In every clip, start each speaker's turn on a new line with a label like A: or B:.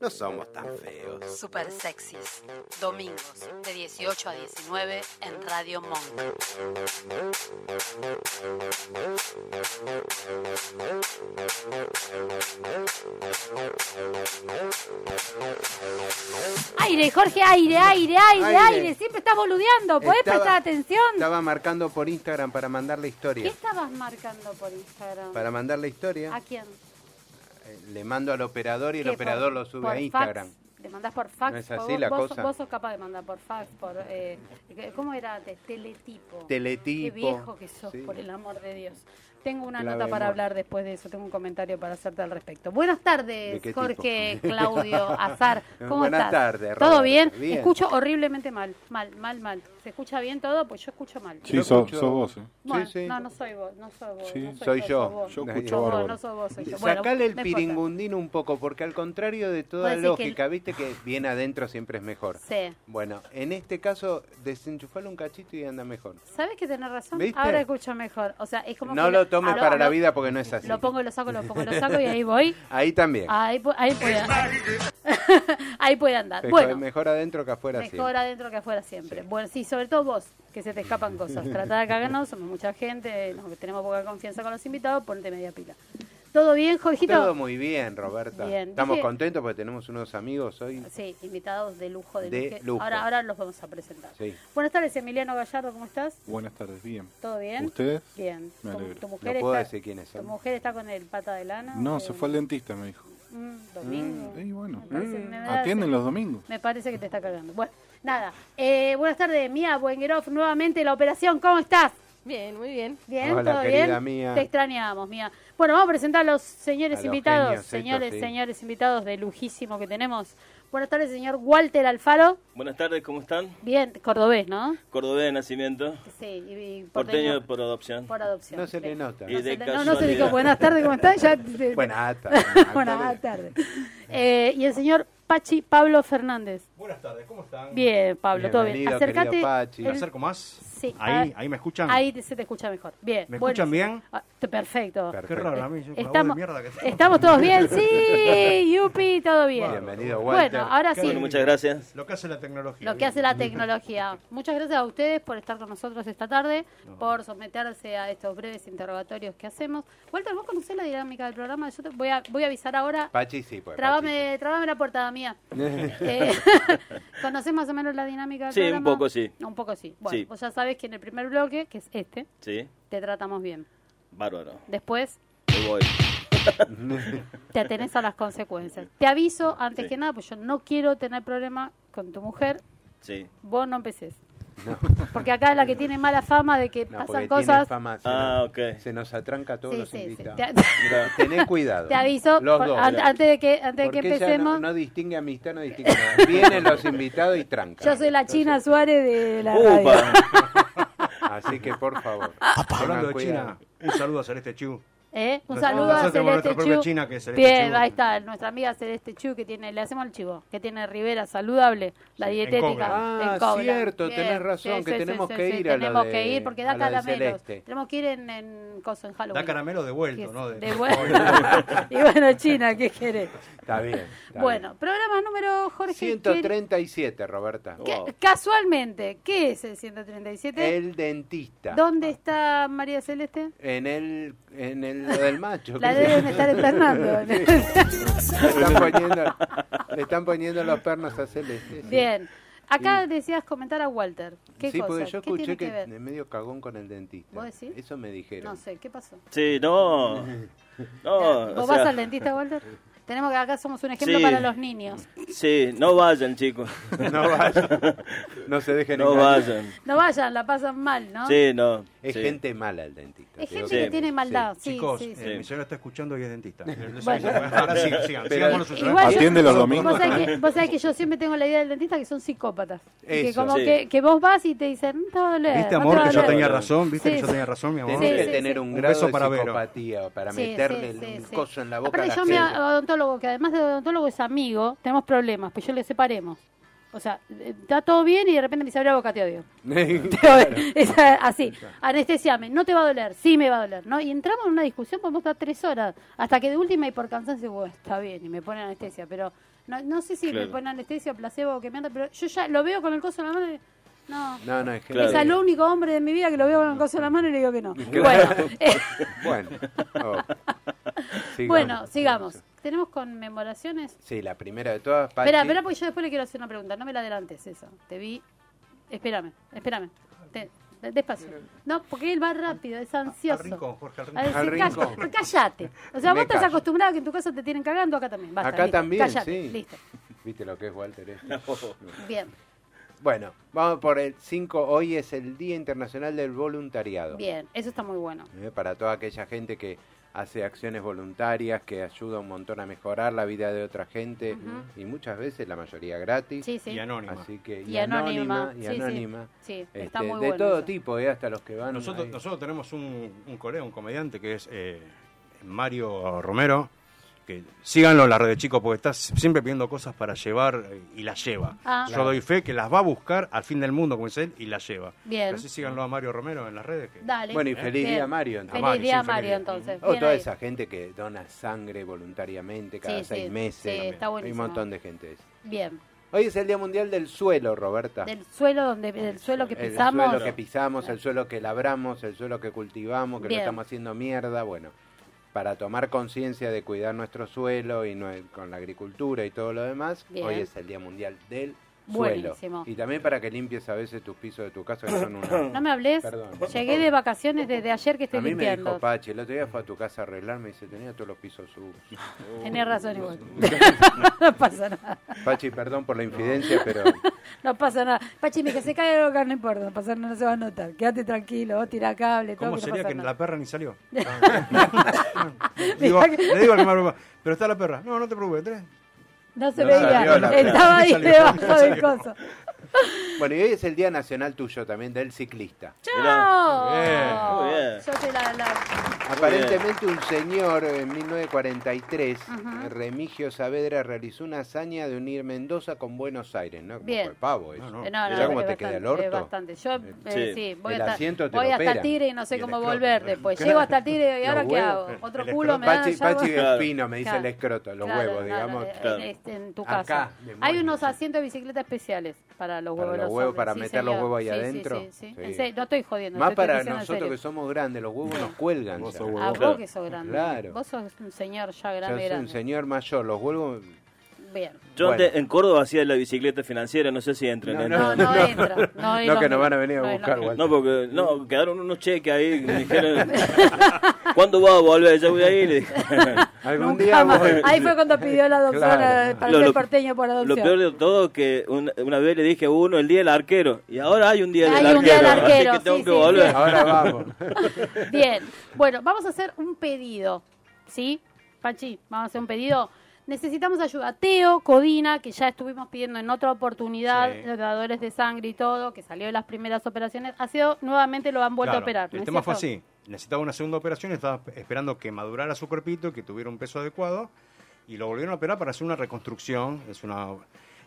A: no somos tan feos.
B: Super sexys. Domingos de 18 a 19 en Radio Monk.
C: Aire, Jorge, aire, aire, aire, aire.
A: Aire.
C: Siempre estás boludeando. ¿Podés
A: Estaba-
C: prestar atención?
A: Estaba marcando por Instagram para mandar la
C: ¿Qué
A: historia.
C: estabas marcando por Instagram?
A: Para mandar la
C: ¿A
A: historia,
C: quién?
A: eh, le mando al operador y el
C: Ah. ¿Qué, por-
A: operador lo sube
C: por
A: a
C: fax?
A: Instagram.
C: ¿Le mandás por fax?
A: ¿No es
C: Por
A: así
C: vos,
A: la
C: vos-
A: cosa?
C: Vos sos capaz de mandar por fax, por... eh, ¿Cómo era? Te- teletipo.
A: Teletipo.
C: Qué viejo que sos,
A: Sí.
C: por el amor de Dios. Tengo una
A: Clave
C: nota para
A: amor.
C: hablar después de eso, tengo un comentario para hacerte al respecto. Buenas tardes,
A: ¿De qué
C: Jorge,
A: tipo?
C: Claudio, Azar. ¿Cómo
A: Buenas
C: estás?
A: tardes,
C: ¿Todo
A: Roberto.
C: bien?
A: Bien.
C: Escucho horriblemente mal, mal, mal, mal. ¿Se escucha bien todo? Pues yo escucho mal.
A: Yo
D: Sí, so-
A: escucho-
D: sos vos. eh.
C: Bueno,
A: sí.
C: no, no soy vos, no soy vos.
D: Sí,
C: no
A: soy yo.
C: sos vos.
D: Yo
C: No
D: escucho
C: sos vos,
D: bárbaro.
C: no sos vos, soy yo. Bueno,
A: Sacale el
C: no importa.
A: piringundín un poco, porque al contrario de
C: Vos
A: toda
C: decís que el-
A: lógica, viste que bien adentro siempre es mejor.
C: Sí.
A: Bueno, en este caso, desenchufalo un cachito y anda mejor.
C: ¿Sabes que tenés razón?
A: ¿Viste?
C: Ahora escucho mejor. O sea, es como
A: No
C: que
A: lo tomes
C: ahora
A: para
C: lo-
A: la
C: Ah,
A: vida porque no es así.
C: Lo pongo, Ah, lo saco, lo pongo, lo saco y ahí voy.
A: Ahí también.
C: Ahí, pu- ahí puede andar. ahí puede andar.
A: Mejor,
C: Bueno,
A: mejor adentro que afuera
C: mejor
A: siempre.
C: adentro que afuera siempre. Bueno, sí, sobre todo vos, que se te escapan cosas. Tratá de cagarnos, somos mucha gente, no, tenemos poca confianza con los invitados, ponte media pila. ¿Todo bien, Jorgito?
A: Todo muy bien, Roberta.
C: Bien.
A: Estamos
C: Dije-
A: contentos porque tenemos unos amigos hoy.
C: Sí, invitados de lujo. De,
A: De
C: lujo.
A: lujo.
C: Ahora, ahora los vamos a presentar.
A: Sí.
C: Buenas tardes, Emiliano Gallardo, ¿cómo estás?
D: Buenas tardes, bien.
C: ¿Todo bien?
D: ¿Ustedes?
C: Bien.
D: Me
C: ¿Tu-
D: alegro.
C: ¿Tu
A: No
C: mujer,
A: puedo
C: está,
A: decir quiénes
C: tu
A: son.
C: mujer está con el pata de lana?
D: No,
C: Eh,
D: se fue al dentista, me dijo.
C: mm, domingo.
D: Y bueno,
C: Me parece- me
A: Mm.
C: da-
D: atienden los domingos.
E: Ah,
C: Me parece que te está cagando. Bueno, nada. Eh, buenas tardes, Mía Buengeroff, nuevamente la operación. ¿Cómo estás?
B: Bien, muy bien.
C: Bien,
A: Hola,
C: todo
A: querida
C: bien.
A: Mía.
C: Te extrañamos, Mía. Bueno, vamos a presentar a los señores
A: A los
C: invitados,
A: genios, estos,
C: señores,
A: sí.
C: señores invitados de lujísimo que tenemos. Buenas tardes, señor Walter Alfaro.
F: Buenas tardes, ¿cómo están?
C: Bien, cordobés, ¿no?
F: Cordobés de nacimiento,
C: Sí, y, y
F: porteño por adopción.
C: por adopción.
A: No se le
C: Bien.
A: nota.
C: No
F: Y
C: se
F: de
C: le- no, no se dijo
F: casualidad.
C: buenas tardes, ¿cómo estás? Ya, te-
A: Buenas tardes.
C: Buenas tardes. Eh, y el señor Pachi Pablo Fernández.
E: Buenas tardes, ¿cómo están?
C: Bien, Pablo, todo bien.
A: Bienvenido, querido
C: Acércate.
A: Pachi.
E: ¿Me acerco más?
C: Sí,
E: Ahí,
C: a-
E: ahí me escuchan.
C: Ahí te- se te escucha mejor. Bien.
E: ¿Me
C: bueno.
E: escuchan bien?
C: Ah, te- perfecto.
A: Perfecto.
E: Qué raro, a mí, yo con la voz de
C: Estamos,
E: mierda que tengo.
C: estamos todos bien, sí, yupi, todo bien.
A: Bienvenido, Walter.
C: Bueno, ahora sí,
F: Bueno, muchas gracias.
E: Lo que hace la tecnología.
C: lo que hace la tecnología. Muchas gracias a ustedes por estar con nosotros esta tarde, por someterse a estos breves interrogatorios que hacemos. Walter, ¿vos conocés la dinámica del programa? Yo te voy a, voy a avisar ahora.
A: Pachi sí, pues.
C: Trabame, trabame la portada mía. Eh, ¿Conocés más o menos la dinámica del
F: Sí, un
C: programa?
F: poco sí.
C: Un poco sí. Bueno,
F: Sí.
C: vos ya sabés que en el primer bloque, que es este,
F: Sí,
C: te tratamos bien.
F: bárbaro.
C: Después
F: Me voy.
C: te atenés a las consecuencias. Te aviso, antes
F: Sí.
C: que nada, pues yo no quiero tener problema con tu mujer,
F: Sí.
C: vos no empecés. Porque acá es la que tiene mala fama de que
A: No, porque
C: pasan
A: tiene
C: cosas.
A: fama, se
F: Ah,
A: nos-
F: ok.
A: Se nos atranca a todos
C: Sí,
A: los
C: sí, sí.
A: invitados.
C: Te,
F: Mira,
A: Tené cuidado. ¿eh?
C: te aviso,
A: Los
C: por-
A: dos.
C: an- antes de que, antes de que
A: Porque ella
C: empecemos.
A: No, no distingue amistad, no distingue nada. Vienen los invitados y tranca.
C: Yo soy la China Suárez de la radio.
F: ¡Upa!
A: Así que por favor.
E: Ah, Hablando
A: tengan
E: de
A: cuidado.
E: China, un saludo a Celeste Chu.
C: ¿Eh? Un
E: Nosotros
C: saludo a
E: hacemos
C: Celeste
E: nuestra propia
C: Chu.
E: China, que es Celeste
C: Bien,
E: Chu.
C: ahí está, nuestra amiga Celeste Chu que tiene, le hacemos el chivo, que tiene Rivera saludable, la
E: Sí, en
C: dietética.
E: Cobra.
A: Ah,
C: en Cobra.
A: cierto, tenés razón, que tenemos que ir a la
C: Tenemos
A: de-
C: que ir porque
A: a
C: da
A: la de
C: caramelos.
A: Celeste.
C: Tenemos que ir en, en coso, en Halloween.
E: Da caramelo de
C: Que es
E: vuelto, ¿no?
C: de vuelta. y bueno, China, ¿qué querés?
A: Está bien. está
C: Bueno, programa número Jorge.
A: bien. 137, Roberta.
C: ¿qué-
F: Wow.
C: Casualmente, ¿qué es el 137?
A: El dentista.
C: ¿Dónde está María Celeste?
A: En el, en el lo del macho.
C: La
A: ¿qué sé
C: deben
A: yo?
C: estar internando.
A: Le están poniendo, le están poniendo los pernos a Celeste. sí.
C: Bien. Acá decías comentar a Walter. ¿Qué
A: sí,
C: cosa?
A: porque yo
C: ¿Qué
A: escuché
C: tiene
A: que,
C: que, ver?
A: es medio cagón con el dentista.
C: ¿Vos decís?
A: Eso me dijeron.
C: No sé, ¿qué pasó?
F: Sí, no. No,
C: ¿Vos
F: o
C: vas
F: sea,
C: al dentista, Walter? Tenemos que acá somos un ejemplo
F: Sí.
C: para los niños.
F: sí, no vayan, chicos.
A: No vayan. No se dejen
F: No
A: engañar.
F: vayan.
C: No vayan, la pasan mal, ¿no?
F: Sí, no.
A: Es
F: Sí.
A: gente mala el dentista.
C: Es
A: te digo
C: gente que
F: Sí.
C: tiene maldad, sí,
E: Chicos,
C: sí, sí.
E: eh, mi señora está escuchando y es dentista.
C: Bueno.
E: Ahora sigan, sigan, sigan con los Ah,
C: Igual
E: oyentes.
C: yo-
D: Atiende los domingos.
C: Vos sabés, que, vos sabés que yo siempre tengo la idea del dentista que son psicópatas. Y que
A: Eso.
C: como
F: Sí.
C: que, que vos vas y te dicen, no te va a doler.
E: ¿Viste,
C: eh, no te
E: amor,
C: va
E: que
C: a
E: yo
C: doler".
E: tenía razón? ¿Viste
C: Sí,
E: que yo
C: sí.
E: tenía razón, mi amor?
A: Tenés
C: Sí,
A: que
C: sí,
A: tener
C: sí.
A: un
E: Un
A: grado
E: beso
A: de
E: para Vero.
A: psicopatía para
C: Sí,
A: meterle
C: sí, sí,
A: un
C: sí.
A: coso en la boca a
C: Aparte
A: la
C: yo, mi
A: gente.
C: odontólogo, que además de odontólogo es amigo, tenemos problemas, pues yo le separemos. O sea, eh, está todo bien y de repente me dice, abre la boca, te odio. Te odio. Es a- así, anestesiame, no te va a doler, sí me va a doler, ¿no? Y entramos en una discusión, podemos estar tres horas, hasta que de última y por cansancio, bueno, está bien, y me pone anestesia, pero no, no sé si
F: Claro.
C: me pone anestesia, placebo o que me anda, pero yo ya lo veo con el coso en la mano y- no.
A: No, no, es gente.
F: Claro.
C: Es al único hombre de mi vida que lo veo con el coso en la mano y le digo que no. Bueno, eh,
A: Bueno. oh. Sigamos.
C: bueno, sigamos. Tenemos conmemoraciones.
A: Sí, la primera de todas. Pachi.
C: Espera, espera, porque yo después le quiero hacer una pregunta. No me la adelantes, eso. Te vi. Espérame, espérame. Te- de- despacio. No, porque él va rápido, es ansioso.
E: Al rincón, Jorge, al
C: A
E: rincón.
C: ver,
A: Al
C: se calla-
A: rincón.
C: Cállate. O sea,
A: Me
C: vos estás
A: callo.
C: acostumbrado a que en tu casa te tienen cagando, acá también. Basta,
A: Acá
C: listo.
A: también,
C: Cállate,
A: sí.
C: Listo.
A: ¿Viste lo que es Walter? este?
C: Bien,
A: Bueno, vamos por el 5. Hoy es el Día Internacional del Voluntariado.
C: bien. Eso está muy bueno.
A: ¿eh? Para toda aquella gente que hace acciones voluntarias, que ayuda un montón a mejorar la vida de otra gente
C: Ujú.
A: y muchas veces, la mayoría gratis.
C: Sí, sí.
E: Y anónima.
A: Así que,
C: Y anónima.
A: Y
C: sí, sí.
A: anónima.
C: Sí,
A: Este,
C: está muy
A: de
C: bueno.
A: todo
C: eso.
A: tipo, ¿eh? hasta los que van.
E: Nosotros,
A: ahí.
E: nosotros tenemos un, un colega, un comediante que es eh, Mario Romero. Que síganlo en las redes, chicos, porque está siempre pidiendo cosas para llevar eh, y las lleva.
C: Ah.
E: Yo
C: Claro.
E: doy fe que las va a buscar al fin del mundo, como dice él, y las lleva.
C: Bien.
E: Así síganlo a Mario Romero en las redes. que-
C: Dale.
A: Bueno, y feliz
C: Bien.
A: día, Mario. entonces.
C: Feliz
E: Mario,
C: día,
E: sí, feliz
C: Mario,
E: día.
C: entonces.
A: O
C: Bien
A: Oh, toda
C: ahí.
A: esa gente que dona sangre voluntariamente cada
C: Sí,
A: seis
C: sí,
A: meses.
C: sí, está
A: Hay un
C: buenísimo.
A: montón de gente. esa.
C: Bien.
A: Hoy es el Día Mundial del Suelo, Roberta.
C: Del suelo donde del suelo que
A: el
C: pisamos.
A: suelo que pisamos, el suelo que labramos, el suelo que cultivamos, que
C: Bien.
A: lo estamos haciendo mierda. Bueno, para tomar conciencia de cuidar nuestro suelo y no- con la agricultura y todo lo demás,
C: Bien.
A: hoy es el Día Mundial del
C: Buenísimo.
A: Suelo. Y también para que limpies a veces tus pisos de tu casa, que son una...
C: No me hables.
A: Perdón.
C: Llegué de vacaciones desde ayer que estoy
A: a mí me
C: limpiando.
A: dijo Pachi, el otro día fue a tu casa a arreglarme y dice, tenía todos los pisos sucios.
C: Tenés razón igual. no pasa nada.
A: Pachi, perdón por la infidencia, pero...
C: No pasa nada. Pachi, me que se cae algo acá, no importa. No pasa nada, no se va a notar. Quédate tranquilo, vos tirá cable, todo.
E: ¿Cómo
C: que no
E: sería
C: pasa
E: que
C: nada.
E: la perra ni salió? Digo, le digo al que me arruma, pero está la perra. No, no te preocupes, tenés.
C: No se
A: No
C: veía.
A: salió la perra.
C: Estaba ahí
E: Salió,
C: debajo del
E: salió.
C: coso.
A: Bueno, y hoy es el Día Nacional tuyo también, del ciclista.
C: ¡Chao!
E: Muy bien,
F: muy bien.
C: Yo te la, la-
A: Aparentemente un señor en 1943, Remigio Saavedra, realizó una hazaña de unir Mendoza con Buenos Aires, ¿no? Como
C: Bien.
A: fue pavo eso.
E: No, no.
C: Eh, No, no,
A: Mirá cómo
C: es
A: te queda el
C: bastante,
A: orto.
C: es bastante. Yo, eh, sí.
F: Sí.
C: voy,
A: El
C: hasta,
A: asiento te
C: voy
A: lo
C: hasta
A: operan.
C: Tigre y no
E: Y
C: sé
E: el
C: cómo
E: escroto.
C: volver después.
A: Claro.
C: Llego hasta Tigre y
A: Los
C: ahora qué
A: huevos.
C: hago. Otro
E: El
C: culo me da
A: Pachi,
C: ya hago-
A: Pachi
F: Claro.
A: Espino me dice
C: Claro.
A: el escroto, los
C: Claro,
A: huevos,
C: no,
A: digamos.
C: no,
F: Claro.
C: en, este, en tu
A: Acá,
C: casa.
A: de
C: Hay
A: molde.
C: unos asientos de bicicleta especiales para los
A: Para
C: huevos. de
A: los huevos, para
C: hombres, sí,
A: meter los
C: señor.
A: huevos ahí
C: Sí, sí,
A: adentro.
C: Sí, sí.
A: Sí.
C: En serio, no estoy jodiendo. te
A: Más
C: estoy
A: para
C: diciendo en
A: nosotros
C: serio.
A: que somos grandes, los huevos
C: Sí.
A: nos cuelgan.
D: Vos
A: ya.
D: sos
A: Yo
D: huevo.
C: A
F: Claro.
C: vos que sos grande.
A: Claro.
C: Vos sos un señor ya grande,
A: soy un
C: grande.
A: señor mayor, los huevos...
C: Bien.
F: Yo
A: Bueno.
F: antes en Córdoba hacía la bicicleta financiera, no sé si entran.
A: No,
F: ¿eh?
C: No, no, entra. No, es
A: No,
C: lo
A: que
C: mío.
A: nos van a venir a
C: No es lo
A: buscar,
C: mío.
A: Walter.
F: No, porque no, quedaron unos cheques ahí. que Me dijeron, ¿cuándo vas a volver? Yo voy a ir.
A: Algún
C: Nunca
A: día
C: más.
A: voy.
C: Ahí fue cuando pidió la adopción
A: Claro.
C: eh, para
F: Lo-
C: ser
F: lo-
C: porteño por
F: Lo
C: adopción.
F: peor de todo es que una, una vez le dije a uno el día del arquero. Y ahora hay un día,
C: Hay
F: del,
C: un
F: arquero,
C: día del arquero, sí,
F: Así que tengo
C: sí,
F: que volver.
C: sí.
A: Ahora vamos.
C: Bien, bueno, vamos a hacer un pedido, ¿sí? Panchi, vamos a hacer un pedido. Necesitamos ayuda. a Teo, Codina, que ya estuvimos pidiendo en otra oportunidad,
E: Sí.
C: los dadores de sangre y todo, que salió de las primeras operaciones, ha sido nuevamente lo han vuelto a
E: Claro,
C: operar. ¿no
E: El
C: es
E: tema fue
C: cierto?
E: así. Necesitaba una segunda operación, estaba esperando que madurara su cuerpito, que tuviera un peso adecuado, y lo volvieron a operar para hacer una reconstrucción. Es una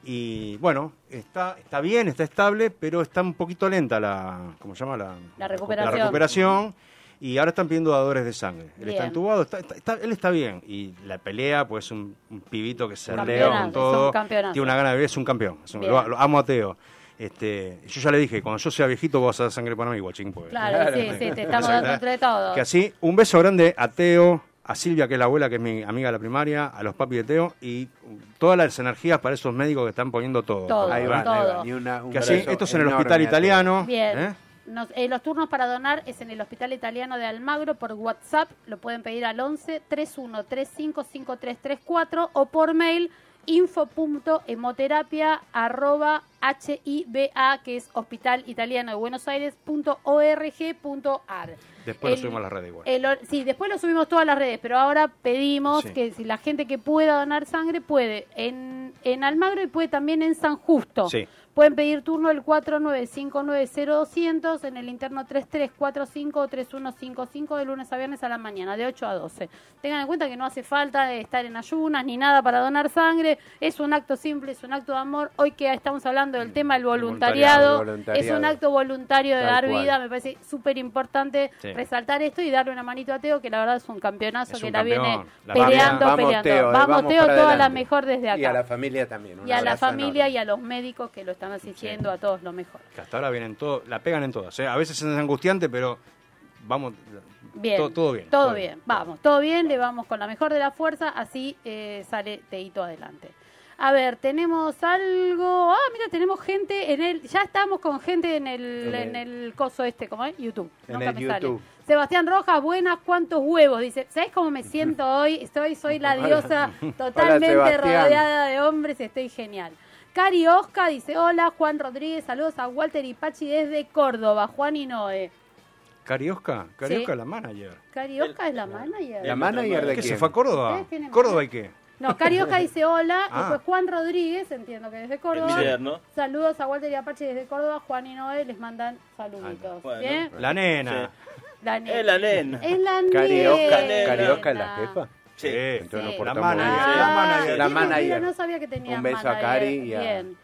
E: y bueno, está, está bien, está estable, pero está un poquito lenta la, ¿cómo se llama? La,
C: La recuperación.
E: recuperación, Y ahora están pidiendo dadores de sangre. Él
C: Bien.
E: está entubado, está- está- está- él está bien. Y la pelea, pues un, un pibito que se
C: Campeonazo,
E: lea con
C: es
E: todo.
C: un campeonazo.
E: Tiene una gana de vivir, es un campeón. Es un-
C: Bien.
E: lo, lo amo a Teo. Este, yo ya le dije, cuando yo sea viejito, vos vas a dar sangre para mí, guachín. porque-
C: Claro, sí, sí, te estamos dando entre todos.
E: que así, un beso grande a Teo, a Silvia, que es la abuela, que es mi amiga de la primaria, a los papis de Teo, y todas las energías para esos médicos que están poniendo todo.
C: Todo,
A: Ahí van, ahí
C: todo.
A: van. Y una- un
E: Que así,
A: beso
E: esto es en el
A: enorme
E: hospital
A: a todos.
E: italiano.
C: Bien.
E: ¿eh?
C: Nos- eh, los turnos para donar es en el Hospital Italiano de Almagro por WhatsApp, lo pueden pedir al 11 31 355334 o por mail info.hemoterapia arroba HIBA, que es Hospital Italiano de Buenos Aires, punto ORG punto ar.
E: Después lo
C: El-
E: subimos a la red igual.
C: El or- sí, después lo subimos todas las redes, pero ahora pedimos
E: Sí.
C: que si la gente que pueda donar sangre puede en, en Almagro y puede también en San Justo.
E: Sí.
C: Pueden pedir turno el 49590200 en el interno 33453155 de lunes a viernes a la mañana, de 8 a 12. Tengan en cuenta que no hace falta estar en ayunas ni nada para donar sangre. Es un acto simple, es un acto de amor. Hoy que estamos hablando del tema del
A: Mm, voluntariado,
C: voluntariado, es
A: voluntariado.
C: un acto voluntario de
A: Tal
C: dar
A: cual.
C: vida. Me parece súper importante
E: Sí.
C: resaltar esto y darle una manito a Teo, que la verdad es un campeonazo
E: Es
C: que
E: un
C: la viene
E: campeón. La
C: peleando,
A: Vamos,
C: peleando.
A: Teo, eh,
C: vamos,
A: vamos
C: Teo,
A: para
C: toda la
A: adelante.
C: mejor desde acá.
A: Y a la familia también. un abrazo
C: familia
A: enorme.
C: y a los médicos que lo están asistiendo a todos lo mejor.
E: Que hasta ahora vienen todos, la pegan en todas. ¿eh? A veces es angustiante, pero vamos.
C: Bien.
E: to- todo bien.
C: Todo bien. Vamos, todo bien, le vamos con la mejor de la fuerza, así eh, sale Teito adelante. A ver, tenemos algo. Ah, mira, tenemos gente en el. Ya estamos con gente en el,
A: En
C: en
A: el-
C: el coso este, ¿cómo es? YouTube.
A: En
C: Nunca
A: el
C: me
A: YouTube.
C: sale. Sebastián Rojas, buenas, cuántos huevos. Dice, ¿sabes cómo me siento hoy? Estoy, soy la diosa totalmente
A: Sebastián.
C: rodeada de hombres, estoy genial. Cari Osca dice, hola, Juan Rodríguez, saludos a Walter y Pachi desde Córdoba, Juan y Noé.
E: Cariosca, Cariosca
C: Sí.
E: la manager.
C: Carioca es la manager.
A: La manager de
E: ¿Qué se
A: quién?
E: fue a Córdoba?
C: ¿Ustedes tienen
E: ¿Córdoba y qué?
C: No, Carioca dice hola.
E: Ah.
C: Después Juan Rodríguez, entiendo que desde Córdoba.
F: El líder, ¿no?
C: Saludos a Walter y Apache desde Córdoba. Juan y Noé les mandan saluditos.
F: Bueno.
C: ¿Bien?
E: La nena.
C: La nena.
F: Es la nena.
C: Es la
A: Carioca,
C: nena.
A: Carioca es la jefa.
F: Sí.
A: Entonces
C: Sí.
A: nos portamos
E: La manager.
A: bien.
E: la
C: Ah,
E: manager.
A: La
C: mira,
A: manager.
C: mira, no sabía que tenía
A: Un beso a
C: manager.
A: Cari y a-
C: Bien.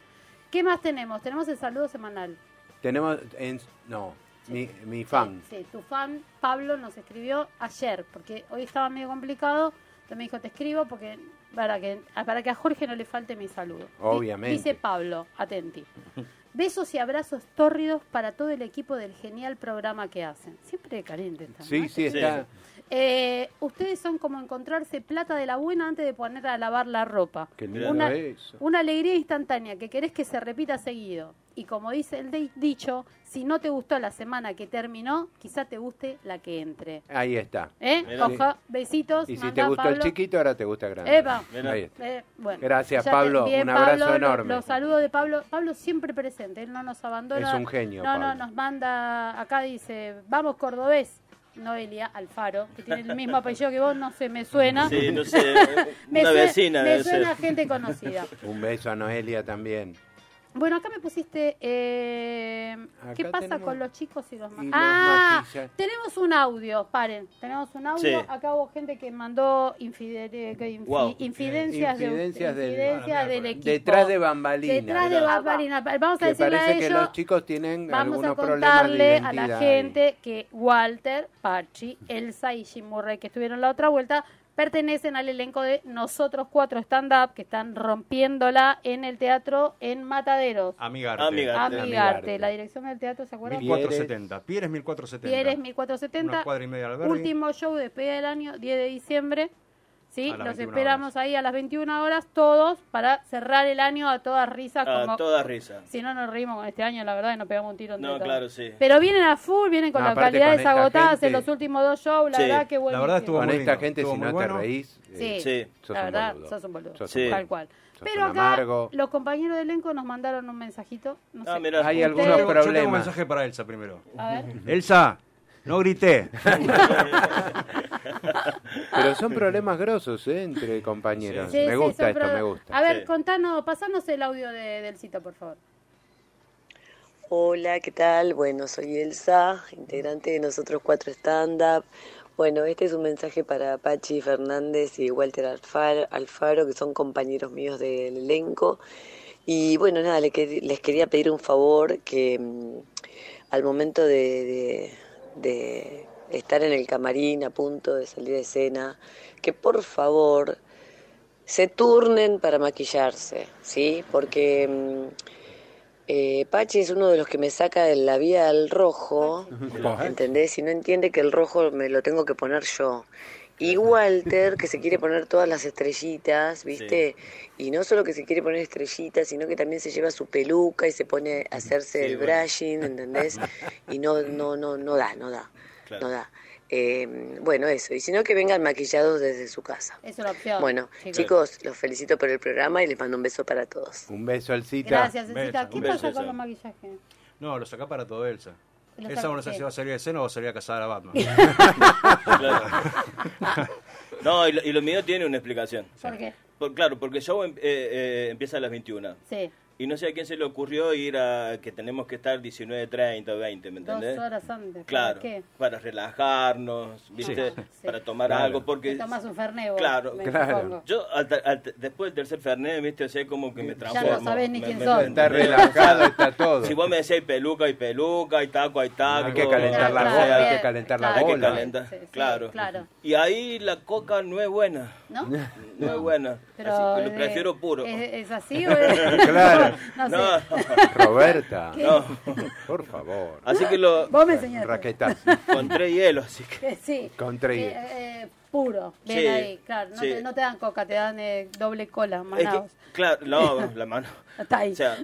C: ¿Qué más tenemos? Tenemos el saludo semanal.
A: Tenemos, en- no, mi, mi fan.
C: Sí, sí, tu fan Pablo nos escribió ayer, porque hoy estaba medio complicado. Entonces me dijo, te escribo porque para que, para que a Jorge no le falte mi saludo. Di-
A: Obviamente.
C: Dice Pablo, atenti. Besos y abrazos tórridos para todo el equipo del genial programa que hacen. Siempre caliente Este está.
A: Sí, sí, está.
C: Eh, ustedes son como encontrarse plata de la buena antes de poner a lavar la ropa.
A: Qué lindo
C: Una,
A: eso.
C: una alegría instantánea que querés que se repita seguido. Y como dice el de- dicho, si no te gustó la semana que terminó, quizá te guste la que entre.
A: Ahí está.
C: ¿Eh?
F: Mirá.
C: Ojo, besitos.
A: Y si
C: mandá,
A: te gustó el
C: Pablo.
A: chiquito, ahora te gusta el grande.
C: Epa.
F: Mirá.
A: Ahí está.
C: Eh, bueno,
A: Gracias,
C: ya
A: Pablo.
C: te- bien,
A: Un abrazo
C: Pablo, lo-
A: enorme.
C: Los saludos de Pablo. Pablo siempre presente, él no nos abandona.
A: Es un genio,
C: No, no,
A: Pablo.
C: nos manda, acá dice, vamos cordobés, Noelia Alfaro, que tiene el mismo apellido que vos, no se me suena.
F: Sí, no sé.
C: me
F: una
C: sue-
F: vecina
C: me
F: debe ser.
C: suena a gente conocida.
A: Un beso a Noelia también.
C: Bueno, acá me pusiste. eh,
A: Acá
C: ¿Qué pasa
A: tenemos-
C: con los chicos y los ma-
A: y los
C: Ah,
A: maquillas.
C: tenemos un audio, paren. Tenemos un audio.
F: Sí.
C: Acá hubo gente que mandó infide- eh, que infi-
F: Wow.
C: infidencias, de-
A: Infidencias del-
C: infidencias del equipo.
A: Detrás de bambalinas.
C: Detrás de bambalinas. Vamos a
A: Que
C: decirle a
A: parece
C: ellos.
A: que los chicos tienen
C: Vamos a
A: algunos problemas de
C: contarle a
A: identidad
C: la
A: ahí.
C: gente que Walter, Pachi, Elsa y Jim Murray, que estuvieron la otra vuelta, pertenecen al elenco de Nosotros Cuatro Stand Up, que están rompiéndola en el teatro en Mataderos.
E: Amigarte.
F: Amigarte.
C: Amigarte,
A: Amigarte.
C: la dirección del teatro, ¿se acuerdan?
A: Bien.
E: 1470. Pieres 1470.
C: Pieres
E: Una
C: 1470,
E: cuadra y media al albergue.
C: último show de despedida del año, 10 de diciembre. ¿Sí?
E: A las
C: Los
E: 21
C: esperamos
E: horas.
C: ahí a las 21 horas todos para cerrar el año a todas risas. como...
F: A toda risa.
C: Si no nos reímos con este año, la verdad, y nos pegamos un tiro. entre
F: No,
C: todos.
F: claro, sí.
C: Pero vienen a full, vienen con
A: No,
C: las
A: aparte
C: calidades
A: con esta
C: agotadas en
A: gente-
C: los últimos dos shows. La
F: Sí,
C: verdad, que
F: la
C: bueno.
E: verdad estuvo
A: Con
E: muy
A: esta
E: lindo,
A: gente,
E: estuvo
A: si
E: muy
A: no
E: bueno.
A: te reís,
C: Sí,
A: eh,
F: Sí.
A: sos
C: la
A: un
C: verdad,
A: boludo.
C: sos un boludo.
A: Sos
F: un
C: Tal
F: boludo.
C: cual.
A: Sos
C: Pero
A: un
C: acá
A: amargo.
C: los compañeros de elenco nos mandaron un mensajito. No sé.
F: Ah, mirá.
A: Hay
F: Ustedes-
E: Yo
A: algunos
E: tengo- Yo tengo un
A: problemas.
E: mensaje para Elsa primero.
C: A ver.
E: Elsa, no grité.
A: Pero son problemas grosos ¿eh? entre compañeros.
C: Ah. Sí, sí,
A: Me gusta
C: son
A: esto,
C: pro-
A: me gusta.
C: A ver,
F: Sí.
C: contanos, pasanos el audio de, del cita, por favor.
G: Hola, ¿qué tal? Bueno, soy Elsa, integrante de Nosotros Cuatro Stand Up. Bueno, este es un mensaje para Pachi Fernández y Walter Alfaro, Alfaro, que son compañeros míos del elenco. Y bueno, nada, le que- les quería pedir un favor que mm, al momento de, de- de estar en el camarín a punto de salir de escena, que por favor se turnen para maquillarse, ¿sí? Porque... mm, eh, Pachi es uno de los que me saca del labial rojo, ¿entendés? Y no entiende que el rojo me lo tengo que poner yo. Y Walter, que se quiere poner todas las estrellitas, ¿viste? Y no solo que se quiere poner estrellitas, sino que también se lleva su peluca y se pone a hacerse
F: Sí,
G: el
F: bueno.
G: brushing, ¿entendés? Y no, no, no, no da, no da,
F: Claro.
G: no da. Eh, bueno, eso. Y si no, que vengan maquillados desde su casa.
C: Es una opción.
G: Bueno, chicos, los felicito por el programa y les mando un beso para todos.
A: Un beso al cita.
C: Gracias,
E: Beso,
C: Cecita. ¿Qué
E: un beso,
C: pasa
E: Elsa.
C: con los maquillajes?
E: No, lo saca para todo Elsa.
C: Lo
E: Elsa
C: saca-
E: no sé
C: sí.
E: si va a salir de escena o va a salir a cazar a Batman.
F: Claro. No, y lo, y lo mío tiene una explicación.
C: ¿Por qué?
F: Por- claro, porque el show em- eh, eh, empieza a las 21.
C: Sí,
F: Y no sé a quién se le ocurrió ir a que tenemos que estar 19, 30, 20, ¿me
C: dos
F: entendés?
C: horas antes. ¿Por
F: Claro,
C: qué?
F: para relajarnos, ¿viste?
C: Sí.
F: Para tomar
A: Claro.
F: algo, porque...
C: Te tomas un ferné vos,
F: Claro,
C: me
A: claro.
C: supongo.
F: Yo, al ter- al ter- después del tercer Fernet, viste, o sea, como que me transformo.
C: no sabés ni
F: Me-
C: quién
F: me-
C: sos.
F: me-
A: Está relajado, está todo.
F: Si vos me decís peluca y peluca, y taco y taco.
A: Hay que calentar la
F: o
C: Claro,
F: sea,
A: bola, hay
C: bien,
A: que calentar la
F: hay que
A: bola.
F: calentar,
C: Sí, sí,
F: claro.
C: claro.
F: Y ahí la coca no es buena.
C: ¿No?
F: No, es buena.
C: Pero,
F: Así que
C: eh,
F: lo prefiero puro.
C: ¿Es, es así o es-
A: Claro.
C: No, sé.
F: No,
A: Roberta,
F: no.
A: por favor.
F: Así que lo
C: Vos me enseñaste.
A: Raquetazo.
F: encontré hielo, así que.
C: Que sí.
A: Con tres
C: Eh,
A: hielos.
C: eh, puro. Bien
F: Sí,
C: ahí, claro. No,
F: sí.
C: te, no te dan coca, te dan eh, doble cola,
F: Es que,
C: manados.
F: claro, no, la mano.
C: Está ahí.
F: O sea,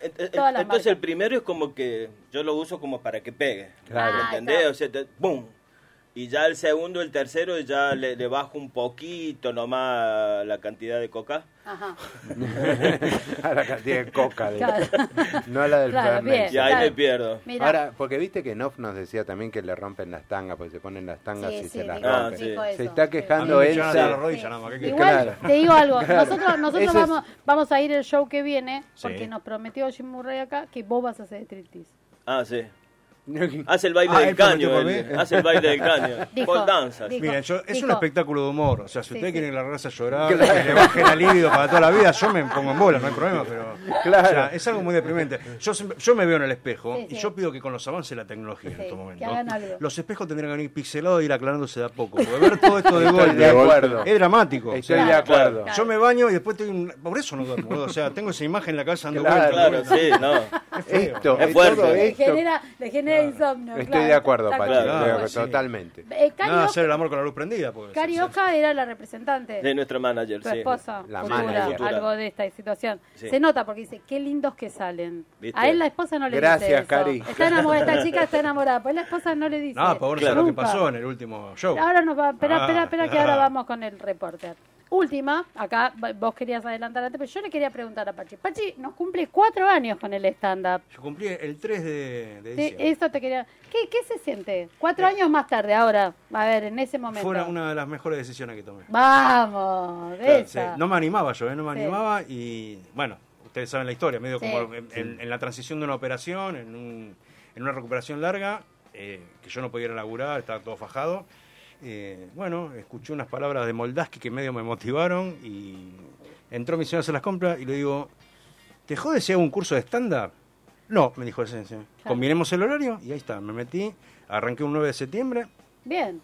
F: en- en-
C: Todas las
F: entonces
C: marcas.
F: el primero es como que yo lo uso como para que pegue.
A: Claro.
C: Ah,
F: ¿Entendés?
C: está.
F: O sea, te- ¡boom! Y ya el segundo, el tercero, ya le, le bajo un poquito nomás la cantidad de coca.
C: Ajá.
A: a la cantidad de coca, de-
C: Claro.
A: no a la del
C: Claro,
A: Fernet.
C: bien.
F: Y ahí
C: Claro.
F: me pierdo.
C: Mira.
A: Ahora, porque viste que Noff nos decía también que le rompen las tangas, porque se ponen las tangas y
C: sí, sí,
A: se las
C: dijo,
F: Ah,
A: rompen.
F: sí.
C: dijo
A: Se
C: eso.
A: está quejando
E: A mí me
A: Elsa.
E: llegan hasta la rodilla, nada más, ¿qué querés?
C: Igual,
A: Claro.
C: te digo algo, nosotros,
A: Ese es-
C: nosotros vamos, vamos a ir el show que viene,
E: Sí.
C: porque nos prometió Jim Murray acá que vos vas a hacer striptease.
F: Ah, sí.
A: Sí.
F: Hace el baile
E: Ah,
F: del
E: él prometió
F: caño.
E: para
F: él.
E: mí.
F: hace el baile del caño.
C: Dijo,
F: Paul danza.
C: dijo.
E: Mira, yo, es
C: Dijo.
E: un espectáculo de humor. O sea, si ustedes
C: sí.
E: quieren que la raza llorar, que le bajen la libido para toda la vida, yo me pongo en bola, no hay problema, pero.
A: Claro.
E: o sea, es algo muy deprimente. Yo, siempre- yo me veo en el espejo
C: Sí,
E: y
C: sí.
E: yo pido que con los avances de la tecnología en
C: Sí,
E: estos
C: que
E: momentos.
C: hagan algo.
E: Los espejos tendrían que venir pixelados y ir aclarándose de a poco. Porque ver todo esto de
A: Estoy
E: golpe.
A: de acuerdo.
E: Es dramático. o
A: Estoy
E: sea,
A: de acuerdo.
C: claro.
E: Yo me baño y después tengo un... Por eso no duermo, boludo. O sea, tengo esa imagen en la cabeza dando
A: Claro.
E: vueltas,
F: Claro,
E: vueltas.
F: sí, no.
E: Es ¿eh? feo.
A: Esto,
F: Es
A: es
F: fuerte.
A: todo
C: Le
A: esto.
C: genera, le genera insomnio.
A: Estoy
C: claro.
A: de acuerdo,
C: Está
A: Pachi,
F: claro.
A: estoy de acuerdo,
E: Sí.
A: totalmente.
C: Eh, Cari
E: Nada,
C: Oca-
E: hacer el amor con la luz prendida. Porque,
C: Cari Oca era la representante.
F: De nuestra manager,
C: tu
F: sí.
C: esposa,
A: La
C: futura,
A: manager.
F: Futura.
C: algo de esta situación.
F: Sí.
C: Se nota porque dice, qué lindos que salen.
F: ¿Viste?
C: A él la esposa no le
A: Gracias,
C: dice eso.
A: Cari.
C: Está enamorada, esta chica está enamorada, pues la esposa no le dice.
E: No, por
F: Claro.
E: lo que
C: Nunca.
E: pasó en el último show.
C: Ahora nos va, espera,
E: Ah.
C: espera, espera que ahora vamos con el reporter. Última, acá v- vos querías adelantar antes, pero yo le quería preguntar a Pachi. Pachi nos cumple cuatro años con el stand-up.
E: Yo cumplí el 3 de, de
C: Te-
E: diciembre.
C: Eso te quería... ¿Qué, qué se siente? Cuatro años más tarde, ahora. A ver, en ese momento.
E: Fue Eh, una, una de las mejores decisiones que tomé.
C: Vamos,
E: Sí,
C: esa.
E: no me animaba yo, ¿eh? no me
C: Sí.
E: animaba y bueno, ustedes saben la historia, medio
C: Sí.
E: como en, en- en la transición de una operación, en, un- en una recuperación larga, eh, que yo no podía ir a laburar, estaba todo fajado. Eh, bueno, escuché unas palabras de Moldaski que medio me motivaron y entró mi señor a hacer las compras y le digo, ¿te jode si hago un curso de stand-up? No, me dijo ese, ese. Combinemos el horario y ahí está, me metí, arranqué un 9 de septiembre.
C: Bien.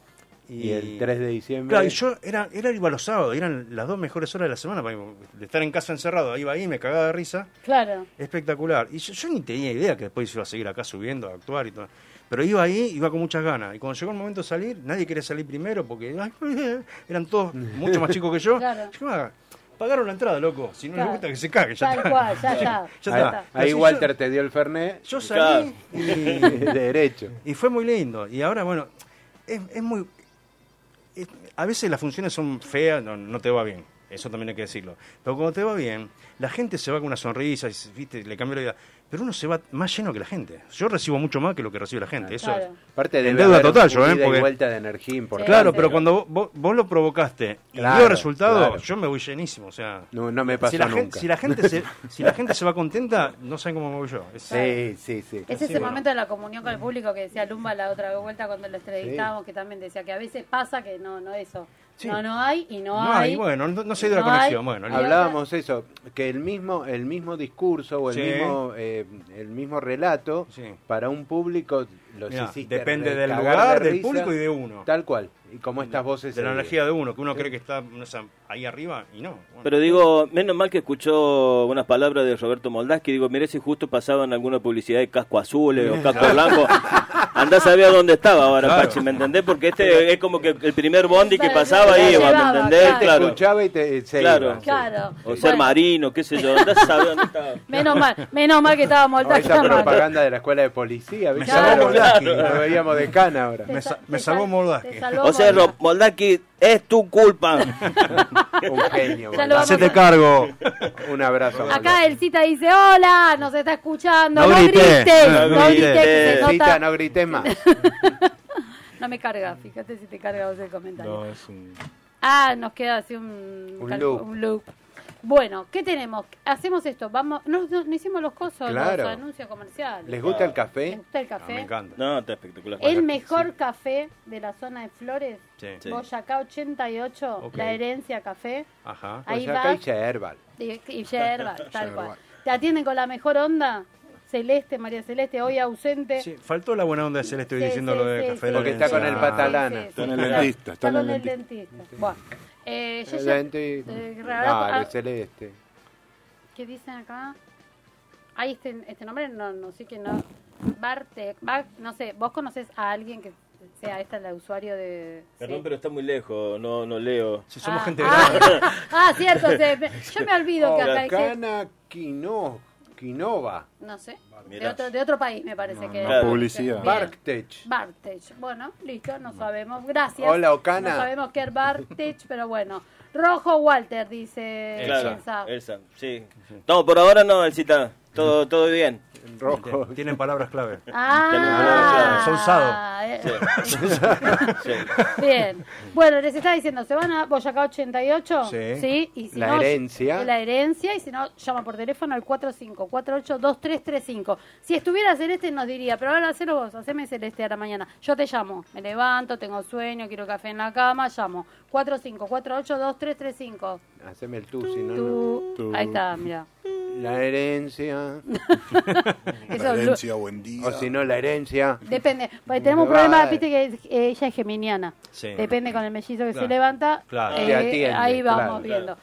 A: Y el 3 de diciembre.
E: Claro, y yo era, era iba los sábados, eran las dos mejores horas de la semana para mí, de estar en casa encerrado, iba ahí, me cagaba de risa,
C: Claro.
E: espectacular. Y yo, yo ni tenía idea que después iba a seguir acá subiendo, a actuar y todo. Pero iba ahí, iba con muchas ganas. Y cuando llegó el momento de salir, nadie quería salir primero porque ay, eran todos mucho más chicos que yo.
C: Claro.
E: Yo, ah, pagaron la entrada, loco. Si no
C: Claro.
E: les gusta que se cague, ya
C: Tal
E: está.
C: cual, ya está.
E: Ya
A: ahí,
E: está.
A: ahí
E: Así
A: Walter
E: yo-
A: te dio el Fernet
E: Yo salí y
A: de derecho.
E: y fue muy lindo. Y ahora, bueno, es, es muy... es- a veces las funciones son feas, no, no te va bien. Eso también hay que decirlo. Pero cuando te va bien, la gente se va con una sonrisa, y, se- ¿viste? le cambia la vida. Pero uno se va más lleno que la gente. Yo recibo mucho más que lo que recibe la gente. Eso
C: Claro.
E: es.
A: Aparte de
E: En deuda total, yo, ¿eh?
A: Porque...
E: Porque-
A: vuelta de energía importante.
E: Claro,
C: sí.
E: pero cuando vos- vos, vos lo provocaste y
A: Claro,
E: dio resultado,
A: claro.
E: yo me voy llenísimo. O sea,
A: No, no me pasó
E: si la,
A: nunca.
E: gen- si la gente se, si la gente se va contenta, no saben cómo me voy yo. Es-
A: Sí, sí, sí.
C: Es ese
E: bueno.
C: momento de la comunión con el público que decía Lumba la otra vuelta cuando lo entrevistamos, que también decía que a veces pasa que no, no eso.
E: Sí.
C: No, no hay y no,
E: No
C: hay.
E: hay, bueno, no, no se dio la
C: No hay.
E: conexión. Bueno, listo.
A: Hablábamos eso, que el mismo, el mismo discurso o el
E: Sí.
A: mismo, eh, el mismo relato
E: Sí.
A: para un público los
E: Mirá,
A: hiciste
E: depende
A: re-
E: del
A: cagar
E: lugar, del
A: risa,
E: público y de uno.
A: Tal cual. Y como estas voces.
E: de la
A: eh,
E: energía de uno, que uno cree que está no sé, ahí arriba y no. bueno.
F: Pero digo, menos mal que escuchó unas palabras de Roberto Moldaski. Digo, mire si justo pasaban alguna publicidad de casco azul eh, o casco blanco. Andá sabía dónde estaba ahora,
E: Claro.
F: Pachi, ¿me entendés? Porque este es como que el primer bondi que
B: Claro,
F: pasaba
B: claro,
F: iba,
B: llegaba,
F: ¿me entendés?
B: claro.
A: Te
F: Claro.
A: escuchaba y te eh, se
F: Claro.
A: iba, sí.
C: Claro.
F: O ser
C: Bueno,
F: marino, qué sé yo, andá sabía dónde estaba.
C: Menos mal, menos mal que estábamos
A: O
C: al
A: esa
C: tanto.
A: propaganda de la escuela de policía, ¿viste?
C: salvó
A: Claro,
E: Moldavsky.
A: Lo veíamos de cana ahora.
E: Me sa-
C: Te
E: me
C: sal-
E: salvó Moldavsky.
C: te salvó
F: O sea,
C: Moldavsky.
F: Ro- Moldaki, es tu culpa.
A: Un genio.
C: Ya lo
A: Moldavsky.
E: Hacete cargo.
A: Un abrazo.
C: Acá el cita dice, hola, nos está escuchando. No,
E: No
C: grites,
E: grité,
C: no,
E: no
C: grites, que se
F: grité.
A: Moldavsky.
C: nota-
A: Cita, no grites más.
C: No me carga, fíjate si te carga vos el comentario.
D: No, es un...
C: Ah, nos queda así un,
A: Un
C: cal-
A: loop.
C: un loop. Bueno, ¿qué tenemos? Hacemos esto, vamos, no, no, no hicimos los cosos,
A: Claro.
C: los anuncios comerciales.
A: ¿Les gusta el
C: ¿Te
A: café?
C: gusta el
E: Ah,
C: café?
E: me encanta.
F: No, está espectacular.
C: el mejor café de la zona de Flores,
E: Sí.
F: Sí.
C: Boyacá 88,
E: Ok.
C: la herencia café,
E: Ajá.
C: ahí
A: Pues acá
C: va.
A: hay yerba.
C: y, y yerba, tal cual.
D: Yerba.
C: Te atienden con la mejor onda, Celeste, María Celeste, hoy ausente.
E: Sí, faltó la buena onda de Celeste estoy
C: Sí,
E: diciendo
C: sí,
E: lo de
C: sí,
E: café. Ah.
C: sí,
E: de la
A: Porque está
E: Alianza.
A: con el patalana.
D: Está en el dentista,
C: Está
D: está en
C: con
D: el
C: el
D: dentista.
C: dentista. Bueno, eh, yo
A: El
C: ya-
A: lente-
C: eh,
A: Dale,
C: ah,
A: celeste.
C: ¿Qué dicen acá? Ay, este, este nombre no, no sé que no. Bartek, Bar- no sé, ¿vos conocés a alguien que sea esta la usuario de...?
F: Perdón,
C: sí?
F: pero está muy lejos, no, no leo.
E: Si somos
C: Ah,
E: gente
C: ah,
E: grande.
C: Ah, cierto, se- me- yo me olvido que acá hay gente-
A: Cana Quino, Quinova,
C: No sé, de
F: Mirá.
C: otro, de otro país me parece que...
D: no
C: era.
D: publicidad.
C: Bien.
A: Barktech.
C: Bartech. Bueno, listo, no sabemos. Gracias.
A: Hola, Ocana.
C: No sabemos qué es Bartech, pero bueno. Rojo Walter, dice
F: Claro,
C: Elsa.
F: Elsa, sí. No, por ahora no, Elcita. Todo, todo bien.
A: Rojo.
E: Tienen palabras clave.
C: Ah,
E: Son sado.
C: eh,
F: Sí.
C: Bien. Bueno, les está diciendo, se van a Boyacá 88,
E: Sí.
C: Y si
A: La
C: no,
A: herencia.
C: La herencia, y si no, llama por teléfono al 45482335. Si estuviera Celeste nos diría, pero ahora hacelo vos, haceme Celeste a la mañana. Yo te llamo, me levanto, tengo sueño, quiero café en la cama, llamo. 45482335.
A: Haceme el tú, si no, no.
C: Tú, ahí está, mira.
A: La herencia.
C: Eso es lo-
D: Valencia, buen día.
A: O si no, la herencia.
C: Depende, porque tenemos un
A: Te va
C: problema,
A: a-
C: viste que es- eh, ella es geminiana.
E: Sí.
C: Depende con el mellizo que se
E: Claro.
C: levanta.
E: Claro.
C: eh,
A: Te atiende,
C: ahí vamos
A: claro.
C: viendo.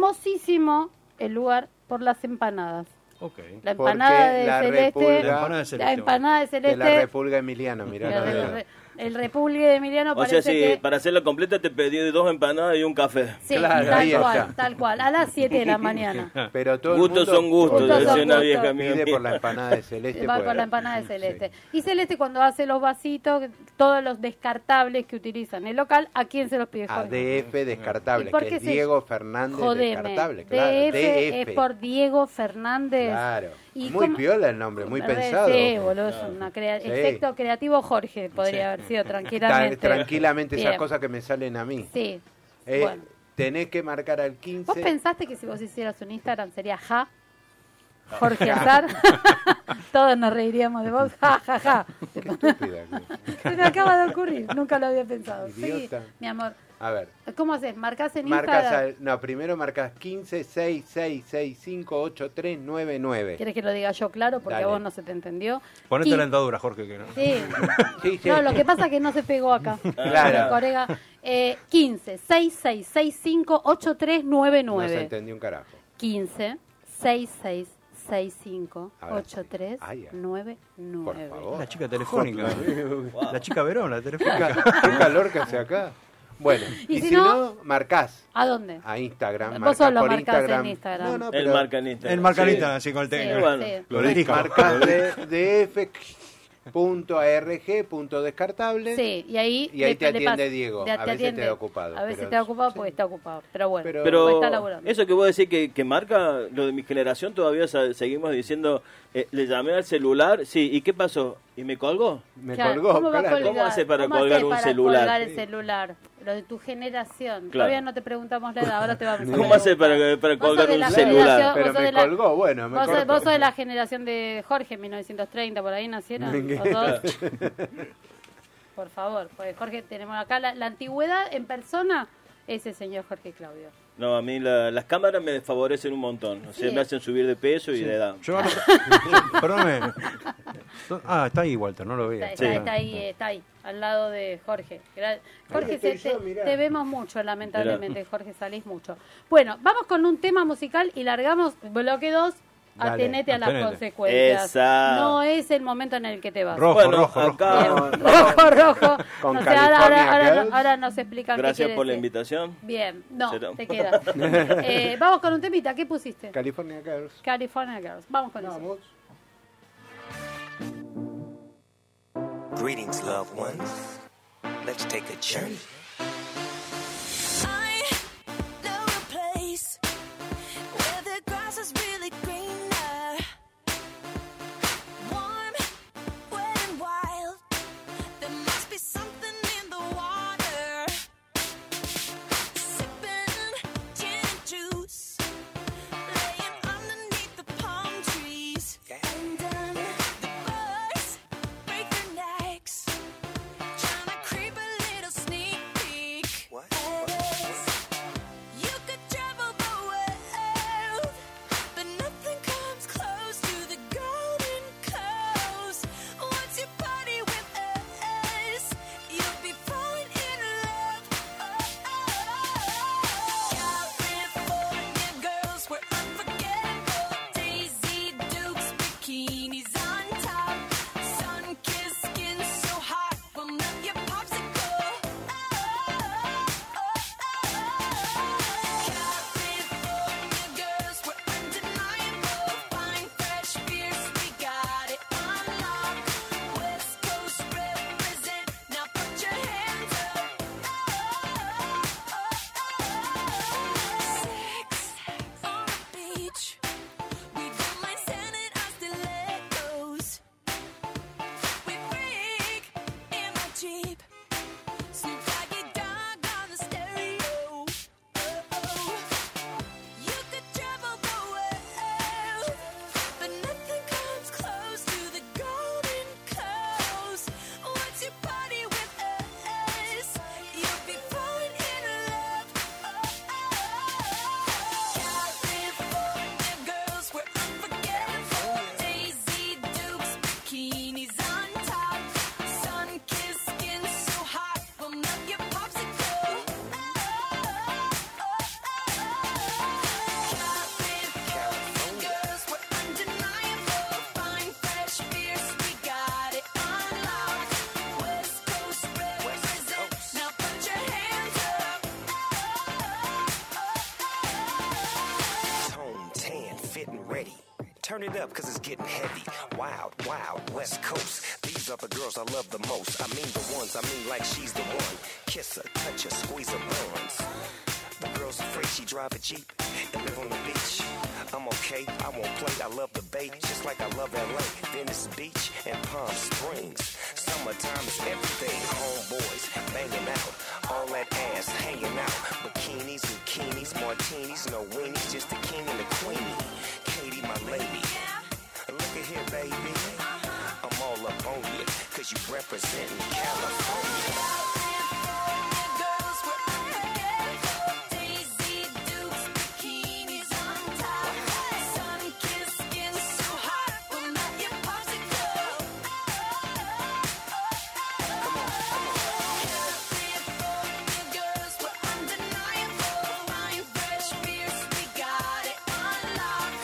C: Famosísimo el lugar por las empanadas.
E: Ok.
C: La
A: Porque
C: empanada de
A: la
C: Celeste.
A: repulga-
E: La empanada de Celeste.
C: La empanada de
A: De la
C: Celeste.
A: Repulga Emiliano, mirá.
C: el, el- el repulgue de Emiliano
F: O sea,
C: parece
F: sí,
C: que.
F: para hacerla completa te pedí dos empanadas y un café.
C: Sí,
A: Claro, ahí
C: tal
A: está.
C: cual, tal cual. A las 7 de la mañana.
A: Pero todo el
F: Gustos
A: mundo-
F: son
C: Gustos
F: gustos,
C: son
F: decía una
C: gustos.
F: vieja amiga
A: Pide por la
F: mía.
A: empanada de Celeste.
C: Va
A: pues.
C: con la empanada de Celeste. Y Celeste cuando hace los vasitos, todos los descartables que utilizan en el local, ¿a quién se los pide? Jorge?
A: ADF Ah, descartable,
C: ¿Y por
A: que
C: qué
A: es
C: se-
A: Diego Fernández
C: Jodeme.
A: descartable,
C: DF,
A: claro.
C: es por Diego Fernández.
A: Claro.
C: Y
A: muy
C: cómo-
A: piola el nombre, muy
C: Re-
A: pensado.
C: Sí, boludo, es una crea-
A: Sí.
C: efecto creativo Jorge, podría haber sido
A: Ta-
C: tranquilamente.
A: tranquilamente esas
C: Bien.
A: cosas que me salen a mí.
C: Sí.
A: Eh,
C: bueno.
A: Tenés que marcar al
C: ¿Vos
A: 15.
C: pensaste que si vos hicieras un Instagram sería ja? Jorge Azar. Todos nos reiríamos de vos. Ja, ja, ja.
A: Qué estúpida que-
C: Se me acaba de ocurrir. Nunca lo había pensado. Sí,
A: Idiota.
C: mi amor.
A: A ver.
C: ¿Cómo haces? ¿Marcás en
A: Marcas
C: Instagram?
A: al- no, primero marcas 15 6 6 6 5 8 3 9 9.
C: ¿Quieres que lo diga yo claro? Porque a
A: Dale.
C: vos no se te entendió.
E: Ponete
C: Quin-
E: la dentadura, Jorge. Que no.
C: Sí.
A: Sí, sí.
C: No, lo que pasa es que no se pegó acá.
A: Claro.
C: Corega. Eh, 15 66 65
A: No se
C: 8399.
A: entendió un carajo.
C: 15 66 65
A: Ahora sí.
C: 83
A: Ay, ay.
C: 99.
A: Por favor.
E: La chica telefónica. La chica Verona,
A: Qué
E: telefónica.
A: ca- qué calor que hace acá. Bueno,
C: ¿Y
A: y,
C: si
A: si,
C: no?
A: no, marcás
C: ¿A dónde?
A: a Instagram.
C: Vos
A: marcás
C: solo
A: por
C: marcás en
A: Instagram.
C: Instagram.
A: No, no,
F: El
A: pero
F: marcanista.
E: El marcanista, así con el técnico.
F: bueno.
E: Lo
A: Sí,
E: disco.
A: marcás de- df.arg.descartable.
C: Sí, y ahí,
A: Y ahí te
C: le- le
A: atiende
C: pas-
A: Diego. A veces te da ocupado,
C: A veces
A: pero-
C: te da ocupado porque
A: sí.
C: está ocupado. Pero bueno,
A: Pero-
C: porque
F: Pero
C: está laburando.
F: eso que vos decís que, que marca, lo de mi generación todavía sa- seguimos diciendo, eh, le llamé al celular, sí, ¿y qué pasó? ¿Y me colgó?
A: Me
C: Claro,
A: colgó.
C: ¿Cómo, va a
A: claro.
C: colgar?
F: ¿Cómo hace para
C: ¿Cómo
F: colgar
C: hace
F: un
C: para
F: celular?
C: colgar el celular? Lo de tu generación. Todavía no te preguntamos la edad, ahora te vamos a
F: ¿Cómo hace
C: preguntar.
F: para- para
C: Vos sos
F: colgar
C: de
F: un
C: la
F: celular?
C: generación-
A: Pero
C: vos sos
A: me
C: de la-
A: colgó, bueno, me
C: Vos sos,
A: cortó.
C: vos sos de la generación de Jorge, 1930, por ahí nacieron. los dos. Por favor, porque Jorge, tenemos acá la, la antigüedad en persona, ese señor Jorge Claudio.
F: No, a mí la- las cámaras me desfavorecen un montón, o sea,
C: Sí.
F: me hacen subir de peso y de edad.
E: Yo ahora- Perdóname. Ah, está ahí Walter, no lo
C: Está,
E: veía.
C: está- está ahí, eh, está ahí, al lado de Jorge. Gra- Jorge, se-
A: estoy yo,
C: te,
A: mirá.
C: te vemos mucho, lamentablemente, Jorge, salís mucho. Bueno, vamos con un tema musical y largamos bloque 2
E: Dale,
C: atenete a las
E: atenete.
C: consecuencias.
F: Esa.
C: No es el momento en el que te vas.
E: Rojo,
F: Bueno,
E: rojo, rojo.
F: acá-
C: Bien, rojo, rojo.
A: Con
C: No sé, ahora, ahora,
A: California
C: ahora-
A: Girls.
C: ahora nos explican qué
F: Gracias
C: quiere
F: por la
C: decir.
F: invitación.
C: Bien, no,
F: Será.
C: te queda. Eh, vamos con un temita, ¿qué pusiste?
A: California Girls.
C: California Girls. Vamos con eso.
A: Vamos.
H: Greetings, loved ones. Let's take a journey.
I: I know a place where the grass is really greener, warm, wet and wild. There must be something in the water. Sipping gin and juice, laying underneath the palm trees, and um, the birds break their necks. Tryna creep a little sneak peek
H: What?
I: at us. You could travel the world, but nothing comes close to the golden coast. Once you party with us, you'll be falling in love. California girls were unforgettable. Daisy Dukes bikinis on top, sun-kissed skin so hot will melt your popsicle. California girls were undeniable. Fine fresh beers, we got it on lock. West Coast represent. Now put your hands up. Sex on the beach, we don't mind standing as the Legos. We freak in our Jeep. Snoop Doggy Dogg on the stereo. Oh-oh. You could travel the world, but nothing comes close to the golden coast. Once you party with us, you'll be falling in love. California girls were unforgettable. Daisy Dukes bikinis on top, sun-kissed skin so hot will melt your popsicle. California girls were undeniable. Fine fresh beers, we got it on lock. West Coast represent. Now put your hands up.
H: Tone tan, fit and ready. Turn it up, cause it's getting heavy. Wild, wild, West Coast. These are the girls I love the most. I mean the ones, I mean like she's the one. Kiss her, touch her, squeeze her buns. The girl's afraid she drive a Jeep and live on the beach. I'm okay, I won't play. I love the bay, just like I love LA. Venice Beach and Palm Springs. Summertime is everything. Homeboys banging out. All that ass hanging out. Bikinis, bikinis, martinis, no weenies, just the king and the queenie. Katie, my lady. Look at here, baby. I'm all up on you, cause you representing California.
I: Girls were unforgettable. Daisy Dukes bikinis on top, sun-kissed skin so hot will melt your popsicle. California girls were undeniable. Fine fresh beers, we got it on lock.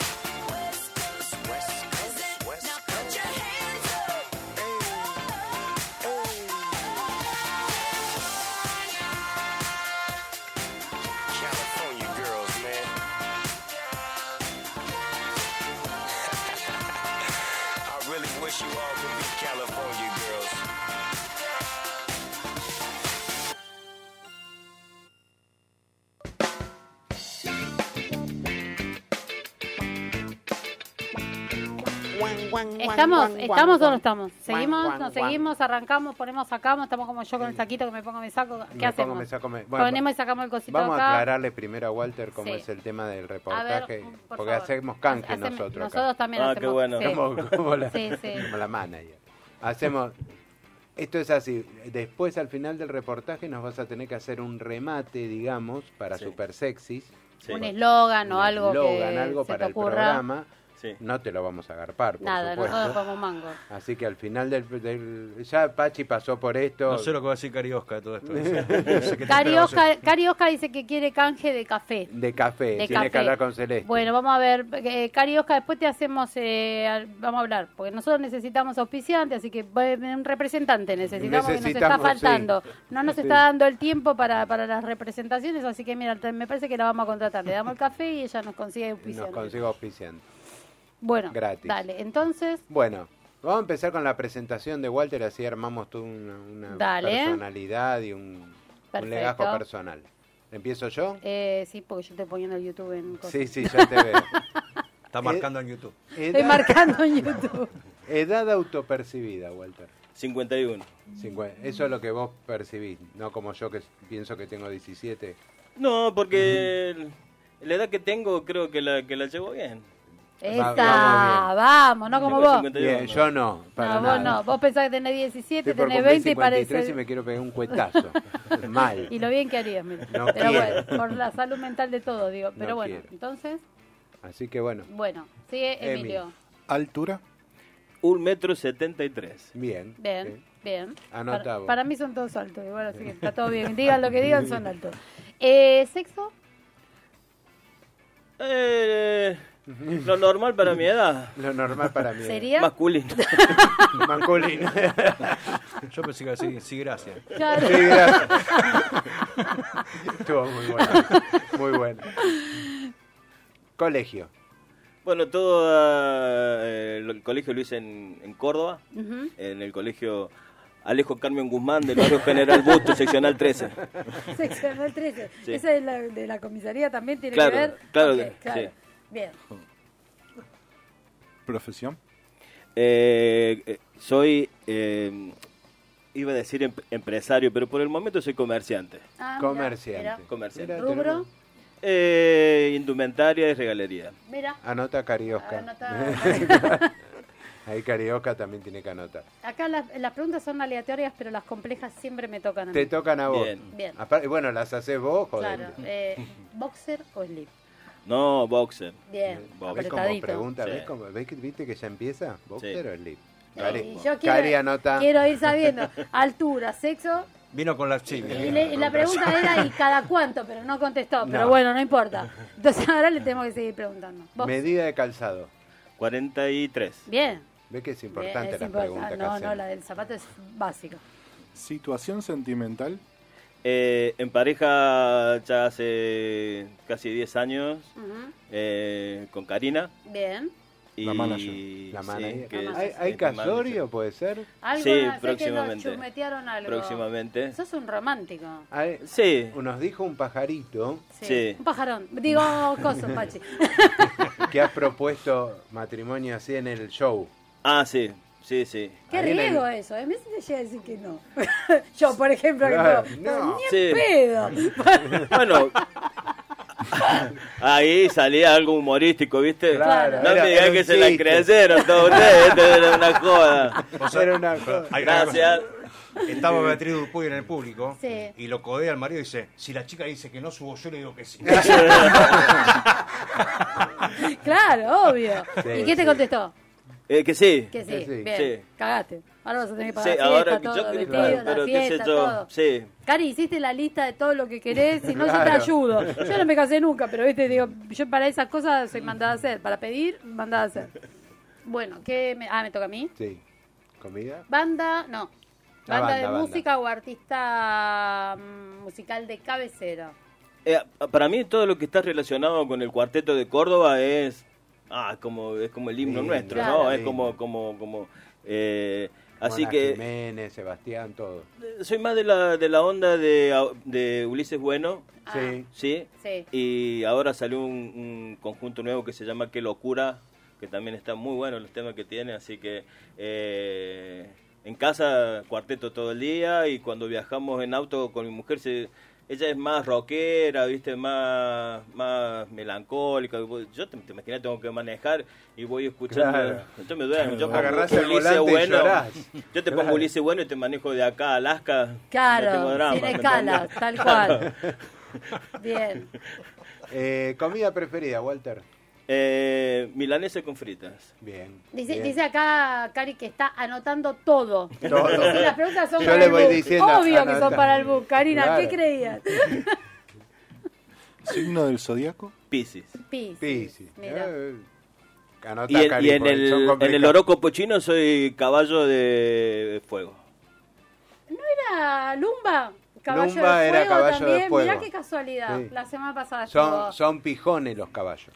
I: West Coast
H: West
I: represent.
H: Coast, West
I: Now put
H: Coast.
I: your hands up.
H: California girls, man. I really wish you all could be California girls.
C: ¿Estamos, estamos o no estamos? ¿Seguimos? ¿Nos seguimos? ¿Arrancamos? ¿Ponemos, sacamos? ¿Estamos como yo con el saquito que me pongo, me saco? ¿Qué
A: Me
C: hacemos?
A: pongo, me saco, me- bueno,
C: Ponemos y sacamos el cosito
A: Vamos
C: acá.
A: a aclararle primero a Walter cómo
C: Sí.
A: es el tema del
C: A ver,
A: reportaje,
C: por
A: porque
C: favor.
A: hacemos canje
C: Haceme-
A: nosotros acá.
C: Nosotros también
F: Ah,
C: hacemos.
F: qué bueno.
C: sí.
A: Como, como la,
C: Sí, sí.
A: como la manager. Hacemos. Esto es así. Después, al final del reportaje, nos vas a tener que hacer un remate, digamos, para
F: Sí.
A: Super Sexys.
F: Sí.
C: Un eslogan o
A: un
C: Ah, algo que
A: eslogan, algo
C: se
A: para
C: te
A: el
C: ocurra.
A: programa. No te lo vamos a agarpar, por
C: Nada,
A: supuesto.
C: nosotros jugamos mango.
A: Así que al final del, del- Ya Pachi pasó por esto.
E: No sé lo que va a decir Cariosca de todo esto. No sé qué te
C: Cari
E: espera,
C: Oscar, Cari Oscar dice que quiere canje de café.
A: De café.
C: De
A: Tiene que
C: café.
A: hablar con Celeste.
C: Bueno, vamos a ver, eh, Cari Oscar, después te hacemos, eh, al- vamos a hablar, porque nosotros necesitamos auspiciante, así que eh, un representante necesitamos, que nos está
A: Necesitamos,
C: faltando.
A: sí.
C: No nos
A: Sí.
C: está dando el tiempo para, para las representaciones, así que mira, te- me parece que la vamos a contratar. Le damos el café y ella nos consigue
A: Nos
C: auspiciante.
A: consigo auspiciante.
C: bueno,
A: gratis.
C: dale, entonces,
A: Bueno, vamos a empezar con la presentación de Walter, así armamos tú una, una
C: Dale.
A: personalidad y un, un
C: Perfecto.
A: legajo personal. ¿Empiezo yo?
C: eh, sí, porque yo estoy poniendo el YouTube en cosas.
A: Sí, sí, ya te veo.
E: Está marcando en YouTube.
C: Estoy marcando en YouTube.
A: Edad autopercibida, Walter.
F: 51.
A: Cincuen- Eso es lo que vos percibís, no como yo que s- pienso que tengo 17.
F: No, porque el- la edad que tengo creo que la, que la llevo bien.
C: Esa,
A: vamos
C: vamos, no Ah, como
F: Tengo
C: vos.
F: 51.
A: Bien, yo no, para
C: No,
A: nada.
C: vos no, vos pensás que tenés 17,
A: Estoy
C: Este
A: por
C: tenés
A: cumplir
C: 20 y
A: 53
C: parece...
A: y me quiero pegar un cuetazo. Mal.
C: Y lo bien que harías, mira.
A: No
C: pero
A: quiero.
C: bueno, por la salud mental de todo, digo. Pero
A: No
C: bueno,
A: quiero.
C: entonces,
A: Así que bueno,
C: bueno, sigue
A: Emi.
C: Emilio.
D: Altura.
F: Un metro setenta y tres.
A: bien.
C: Bien,
A: Eh,
C: bien.
A: Anota
C: Para,
A: vos.
C: para mí son todos altos, igual, así que está todo bien. Digan lo que digan, son altos. Eh, ¿Sexo?
F: Eh, lo normal para mi edad.
A: Lo normal para mí.
C: ¿Sería?
F: Masculino.
A: es Masculino.
E: Yo pensé que iba a decir, sí, gracias.
C: Claro.
A: Sí, gracias. Estuvo muy bueno. Muy bueno. Colegio.
C: Ah,
F: Bueno, todo eh, el colegio lo hice en, en Córdoba,
C: Ujú.
F: en el colegio Alejo Carmen Guzmán del barrio General Busto, seccional 13.
C: Seccional 13.
F: Sí.
C: ¿Esa es la, de la comisaría también tiene
F: Claro,
C: que ver?
F: claro,
C: Ok,
F: sí.
C: Bien.
D: Profesión.
F: Eh, eh, soy, eh, iba a decir em- empresario, pero por el momento soy comerciante.
C: Ah, mira,
A: Comerciante.
F: Comerciante.
A: Mira,
C: Rubro.
A: tenemos-
F: Eh, indumentaria y regalería.
C: Mira,
A: Anota Cariosca.
C: Anota.
A: Ahí Cariosca también tiene que anotar.
C: acá las, las preguntas son aleatorias, pero las complejas siempre me tocan a mí.
A: Te tocan a Ah, vos.
F: Bien.
C: Bien.
A: Aparte- bueno, las haces vos, joder.
C: Claro. Eh, ¿Boxer o slip?
F: No, boxer.
C: Bien,
F: Bob.
A: ¿Ves Eh, cómo
C: apretadito.
A: pregunta?
F: Sí.
A: ¿Ves, cómo- ves que, ¿Viste que ya empieza? ¿Boxer
F: Sí.
A: o slip?
C: Y
A: Cari,
C: yo
A: Cari
C: quiero,
A: anota.
C: quiero ir sabiendo altura, sexo.
E: Vino con la
C: Y,
E: chica.
C: le- y la pregunta era ¿y cada cuánto? Pero no contestó. Pero
A: No.
C: bueno, no importa. Entonces ahora le tenemos que seguir preguntando. Vos.
A: Medida de calzado.
F: 43.
C: Bien.
A: ¿Ves que es
C: Bien,
A: importante
C: es
A: la
C: import- ah,
A: pregunta que
C: No, no,
A: hacemos?
C: la del zapato es básica.
D: Situación sentimental.
F: Eh, en pareja ya hace casi 10 años
C: Ujú.
F: eh, con Karina.
C: Bien.
F: Y,
D: La manager.
A: La
F: sí,
A: manager.
F: que- este,
A: ¿Hay, hay
F: sí,
A: casorio, puede ser?
C: Algo
F: Sí,
C: sé que nos
F: próximamente.
C: chusmetearon algo.
F: Próximamente.
C: Sos un romántico.
A: Hay-
F: Sí,
A: Nos dijo un pajarito
C: Sí.
F: Sí.
C: Un pajarón. Digo, coso, Pachi.
A: que ha propuesto matrimonio así en el show.
F: ah, sí, sí, sí.
C: Qué
A: Ahí en el-
C: riesgo eso, ¿eh? Me si te llega a decir que no. Yo, por ejemplo, que
A: Claro,
C: no.
A: no.
C: Ni en
F: Sí.
C: pedo.
F: Bueno, ahí salía algo humorístico, ¿viste?
A: Claro,
F: no
A: era-
F: me
A: era
F: digas
A: un
F: que se la
A: chiste.
F: creyeron todos ustedes, esto era una joda.
A: Era una cosa.
E: Hay una
F: Gracias.
E: cosa. Estaba Beatriz Dupuy en el público
C: Sí.
E: y lo codea al marido y dice, si la chica dice que no subo, yo le digo que sí.
C: Claro, obvio.
A: Sí,
C: ¿Y qué te
A: sí.
C: contestó?
F: Eh, que sí.
C: Que sí.
A: Que sí.
C: Bien.
F: Sí.
C: Cagaste. Ahora vas a tener que
F: Sí,
C: pagar la
F: ahora
C: fiesta,
F: que
C: todo,
F: yo
C: vestido,
F: claro,
C: la
F: pero qué sé
C: fiesta,
F: yo,
C: todo.
F: sí.
C: Cari, hiciste la lista de todo lo que querés, si no yo te
A: Claro.
C: ayudo. Yo no me casé nunca, pero viste, digo, yo para esas cosas
A: Mm.
C: soy mandada a hacer, para pedir, mandada a hacer. Bueno, ¿qué me... Ah, me toca a mí.
A: Sí. ¿Comida?
C: Banda, no.
A: La
C: Banda
A: banda,
C: de
A: banda.
C: música o artista mm, musical de cabecera.
F: Eh, para mí todo lo que está relacionado con el cuarteto de Córdoba es ah como es como el himno
A: Lindo,
F: nuestro,
C: claro.
F: ¿no? Es
A: lindo.
F: como como como eh, así
A: Mona
F: que
A: Jiménez, Sebastián, todo.
F: soy más de la de la onda de, de Ulises Bueno,
A: Sí.
F: ¿sí?
C: Sí.
F: Y ahora salió un, un conjunto nuevo que se llama Qué locura, que también está muy bueno los temas que tiene, así que eh, en casa cuarteto todo el día y cuando viajamos en auto con mi mujer se ella es más rockera, viste, más, más melancólica. y vos- Yo te, te imaginas, tengo que manejar y voy escuchando.
A: Claro.
F: Yo me duermo. Yo
A: Agarrás
F: pongo
A: el volante y llorás.
F: Yo te pongo
A: Claro.
F: Ulises bueno y te manejo de acá a Alaska. No
C: Claro,
F: tengo drama,
C: sin
F: ¿me
C: escalas,
F: entendés?
C: tal
F: Claro.
C: cual. Bien.
A: Eh, ¿Comida preferida, Walter?
F: Eh, milanesa con fritas.
A: Bien.
C: Dice, dice acá Cari que está anotando todo.
F: Todo.
C: Dice, las preguntas son
F: Yo
C: para
F: le
C: el
F: voy
C: book.
F: diciendo,
C: Obvio que son
D: anota.
C: para el book. Karina, ¿qué
D: Claro.
C: creías?
D: ¿Signo del zodiaco?
F: Piscis.
C: Piscis. Mira.
A: Eh, anota,
F: Y, en-
A: Cari,
F: y en,
A: porque son
F: el, en el
A: complicadas.
F: horóscopo chino soy caballo de fuego.
C: ¿No era Lumba? Caballo
A: Lumba
C: de
A: era
C: fuego
A: caballo
C: también.
A: de fuego.
C: Mirá qué casualidad.
A: Sí.
C: La semana pasada estuvo-
A: Son, son pijones los caballos.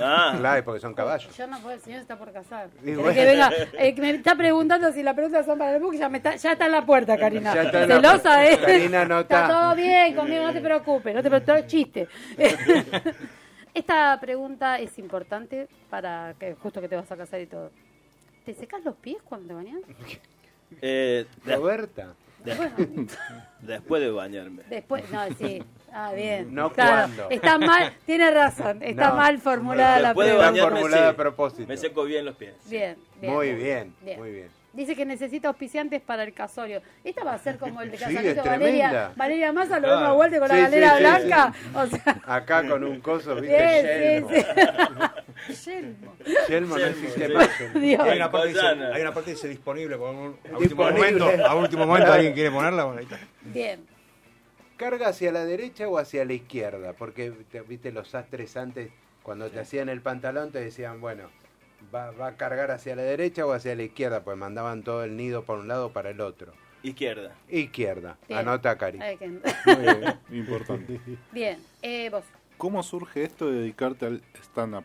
F: Ah.
A: Claro, porque son caballos.
C: Yo no puedo, el señor está por casar.
A: Y
C: El
A: bueno.
C: que venga, el que me está preguntando si las preguntas son para el book, ya, me está, ya está en la puerta, Karina.
A: Ya está en la
C: Celosa,
A: puerta.
C: ¿eh?
A: Karina, no
C: está.
A: está.
C: todo bien conmigo, no te preocupes, no te preocupes, todo es chiste. Esta pregunta es importante para que justo que te vas a casar y todo. ¿Te secas los pies cuando te bañas?
F: Eh, de-
A: Roberta.
F: de-
C: Bueno.
F: después de bañarme.
C: Después, no, sí. Ah, bien.
A: No
C: claro.
A: cuando.
C: Está mal, tiene razón, está
A: No.
C: mal formulada la
F: Después de
C: pregunta.
A: Está
F: bañarme,
A: formulada
F: sí.
A: a propósito.
F: Me seco bien los pies.
C: Bien, bien.
A: Muy bien,
C: Bien.
A: muy bien.
C: Dice que necesita auspiciantes para el casorio. Esta va a ser como el de
A: Sí,
C: casamiento
A: es
C: de Valeria.
A: tremenda.
C: Valeria Massa lo
A: Claro.
C: vemos a Walter con
A: Sí,
C: la
A: sí,
C: galera
A: sí,
C: blanca. O sea,
A: Acá con un coso, viste,
C: bien,
A: yelmo.
C: sí, sí. Yelmo.
A: Yelmo no
F: Yelmo,
A: existe
F: sí.
A: más.
C: Dios.
E: Hay una, parte que dice,
F: Collana.
E: hay una parte que dice disponible, porque a un- a último
A: Disponible.
E: momento, a último momento alguien quiere ponerla. bueno, ahí está.
C: Bien.
A: ¿Carga hacia la derecha o hacia la izquierda? Porque te- viste los sastres antes, cuando te hacían el pantalón, te decían, bueno, va, va a cargar hacia la derecha o hacia la izquierda, pues mandaban todo el nido para un lado o para el otro.
F: Izquierda.
A: Izquierda,
C: Bien.
A: anota Cari.
C: Ay, que-
D: Muy
E: Eh,
D: bien, importante.
C: Bien. Eh, vos.
D: ¿Cómo surge esto de dedicarte al stand-up?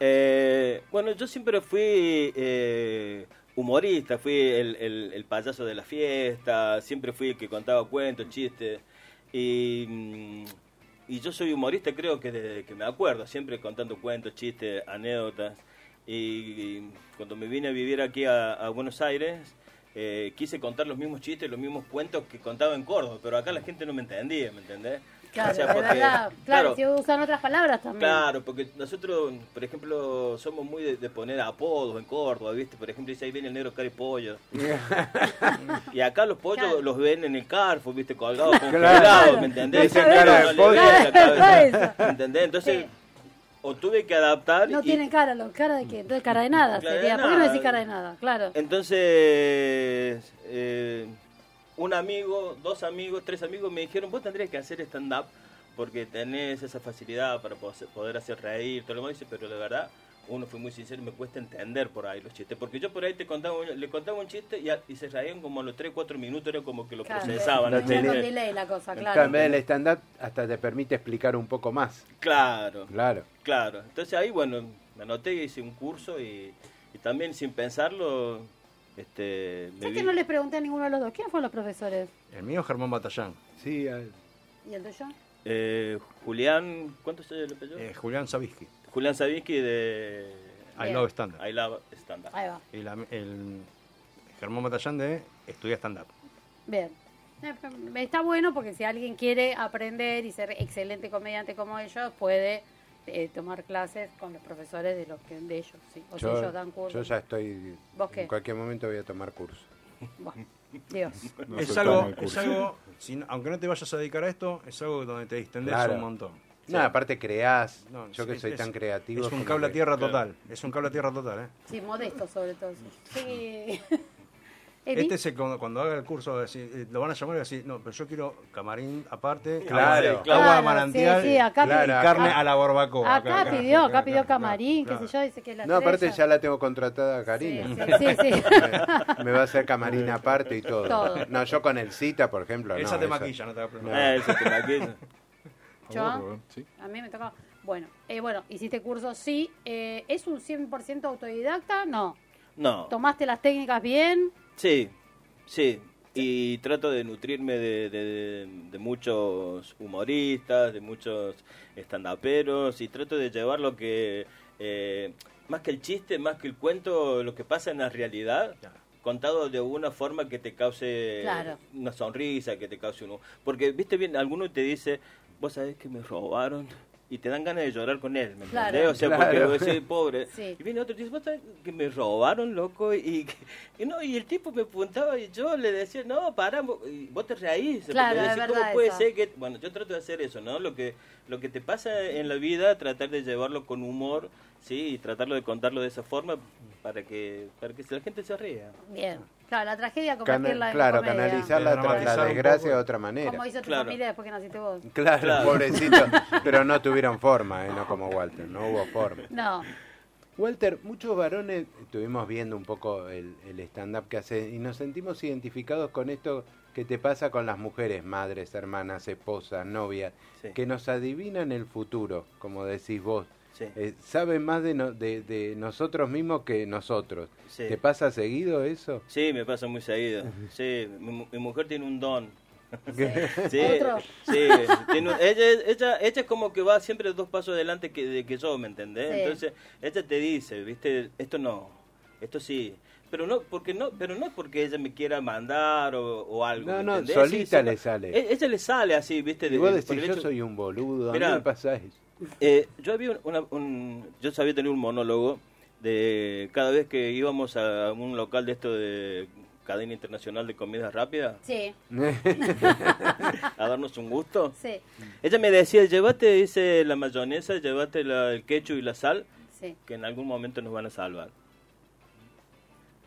F: Eh, bueno, yo siempre fui eh, humorista, fui el, el- el payaso de la fiesta, siempre fui el que contaba cuentos, chistes. Y, mm, y yo soy humorista, creo que desde que me acuerdo, siempre contando cuentos, chistes, anécdotas. Y, y cuando me vine a vivir aquí a, a Buenos Aires, eh, quise contar los mismos chistes, los mismos cuentos que contaba en Córdoba, pero acá la gente no me entendía, ¿me entendés?
C: Claro,
F: O sea,
C: de
F: porque-
C: verdad. Claro, si usan otras palabras también.
F: Claro, porque nosotros, por ejemplo, somos muy de, de poner apodos en Córdoba, ¿viste? Por ejemplo, dice ahí viene el negro cara y pollo. y acá los pollos
C: Claro.
F: los ven en el Carrefour, ¿viste? Colgados, congelados,
A: Claro.
F: ¿me entendés?
A: Esa cara de
F: No le vean la
C: pollo.
F: cabeza, ¿me entendés? Entonces,
C: Sí.
F: o tuve que adaptar.
C: No
F: y-
C: tienen cara, los cara de qué? Entonces, cara de nada
F: Cara de
C: sería. ¿Por qué no
F: nada.
C: decís cara de nada? Claro.
F: Entonces, eh, un amigo, dos amigos, tres amigos me dijeron, vos tendrías que hacer stand-up porque tenés esa facilidad para pos- poder hacer reír, todo lo demás, Dice, pero de verdad, uno fue muy sincero, me cuesta entender por ahí los chistes, porque yo por ahí te contaba, un- le contaba un chiste y, a- y se reían como a los 3, 4 minutos, era como que lo
C: Claro,
F: procesaban.
C: venía
A: tenía-
C: con
F: ¿entendés?
C: delay la cosa,
A: Claro,
C: claro.
A: en vez del stand-up, hasta te permite explicar un poco más.
F: Claro.
A: Claro.
F: Claro, entonces ahí, bueno, me anoté, hice un curso y, y también sin pensarlo, este... me
C: ¿Sabes
F: vi-
C: que no les pregunté a ninguno de los dos? ¿Quiénes fueron los profesores?
E: El mío es Germán Batallán,
A: Sí, eh,
C: ¿Y el tuyo?
F: Eh, Julián, ¿cuánto se le apellido?
E: eh, Julián Sabisky,
F: Julián Sabinsky de
E: I
C: Bien.
E: Love Stand
F: I Love Stand Up.
C: Ahí va.
E: Y la- el Germán Batallán de Estudia Stand Up.
C: Bien. Eh, Está bueno porque si alguien quiere aprender y ser excelente comediante como ellos, puede eh, tomar clases con los profesores de los que de ellos, sí. O si ellos dan
A: yo
C: cursos.
A: ya estoy...
C: ¿Vos qué?
A: En cualquier momento voy a tomar curso.
C: Bueno, Dios.
D: No
E: es,
D: se
E: algo,
D: toma el
E: es
D: curso.
E: algo, sin- aunque no te vayas a dedicar a esto, es algo donde te distendés
A: Claro.
E: un montón.
A: No, aparte creás.
E: No,
A: yo
E: es-
A: que soy
E: es-
A: tan creativo.
E: Es un
A: como
E: cable a
A: que-
E: tierra total, es un cable a tierra total. ¿eh?
C: Sí, modesto sobre todo. Sí. Edi,
E: Este es el, cuando, cuando haga el curso, va a decir, eh, lo van a llamar y va a decir, no, pero yo quiero camarín aparte,
A: Claro.
E: agua,
F: Claro,
E: agua
C: sí,
E: de manantial
C: sí, acá
E: y
A: pidió-
E: carne
C: acá-
E: a la barbacoa.
C: Ah, acá pidió, acá pidió camarín, qué sé yo, dice que es la
A: No, aparte ya
C: estrella.
A: la tengo contratada a Karina.
C: Sí, sí, sí.
A: Me va a hacer camarín aparte y todo.
C: Todo.
A: No, yo con el cita, por ejemplo.
E: Esa
A: no,
E: te maquilla, no te va a preocupar.
F: Eh, ese tema aquí.
D: A
C: Yo-
D: vos, Robert, ¿sí?
C: A mí me tocaba. Bueno, eh, bueno, hiciste curso, sí. Eh, ¿Es un 100% autodidacta? No.
F: No,
C: ¿Tomaste las técnicas bien?
F: sí, sí. Y trato de nutrirme de, de- de muchos humoristas, de muchos estandaperos y trato de llevar lo que, eh, más que el chiste, más que el cuento, lo que pasa en la realidad, contado de una forma que te cause
C: Claro.
F: una sonrisa, que te cause un... Porque, viste bien, alguno te dice, vos sabés que me robaron y y te dan ganas de llorar con él, ¿me
B: Claro.
F: entendés? O sea,
A: Claro.
F: porque vos decís, pobre.
B: Sí.
F: Y viene otro y dice, "Vos sabés que me robaron, loco, y, que- y no, y el tipo me apuntaba y yo le decía, no, pará, vos- y vos te reís.
B: Claro,
F: porque
B: es
F: decís,
B: verdad
F: ¿cómo puede
B: eso.
F: ser que...? Bueno, yo trato de hacer eso, ¿no? Lo que, lo que te pasa en la vida, tratar de llevarlo con humor, ¿sí? Y tratarlo de contarlo de esa forma para que, para que la gente se ría.
B: Bien. Claro, la tragedia
A: Cana-
C: convertirla en
A: claro,
C: comedia.
A: canalizarla tras
E: Dramatizar
A: la
E: un
A: desgracia de
E: poco.
A: otra manera.
C: Como hizo tu
F: Claro.
C: familia después que naciste vos.
A: Claro,
F: Claro.
A: pobrecito. Pero no tuvieron forma, ¿eh? no como Walter, no hubo forma.
C: No,
A: Walter, muchos varones estuvimos viendo un poco el, el stand-up que hace y nos sentimos identificados con esto que te pasa con las mujeres, madres, hermanas, esposas, novias,
F: Sí.
A: que nos adivinan el futuro, como decís vos.
F: Sí.
A: Eh, saben más de, no- de- de nosotros mismos que nosotros.
F: Sí.
A: ¿Te pasa seguido eso?
F: Sí, me pasa muy seguido. Sí, mi, mu- mi mujer tiene un don. Sí,
C: ¿Otro?
F: sí, tiene un- ella, ella, ella es como que va siempre dos pasos adelante que, de que yo, ¿me entendés?
C: Sí.
F: Entonces, ella te dice, viste, esto no, esto sí. Pero no, porque no, pero no es porque ella me quiera mandar o, o algo.
A: No,
F: ¿me
A: no,
F: entendés?
A: solita
F: Sí, sí,
A: le sale.
F: e- Ella le sale así, viste.
A: Y vos
F: de- por el
A: decís, yo
F: hecho-
A: soy un boludo, a mí
F: Mirá.
A: me pasa eso.
F: eh, yo había un- una- un, yo sabía tener un monólogo de cada vez que íbamos a un local de esto de cadena internacional de comida rápida
C: sí,
F: a darnos un gusto.
C: sí,
F: Ella me decía, llévate, dice la mayonesa, llévate la- el ketchup y la sal,
C: sí.
F: que en algún momento nos van a salvar.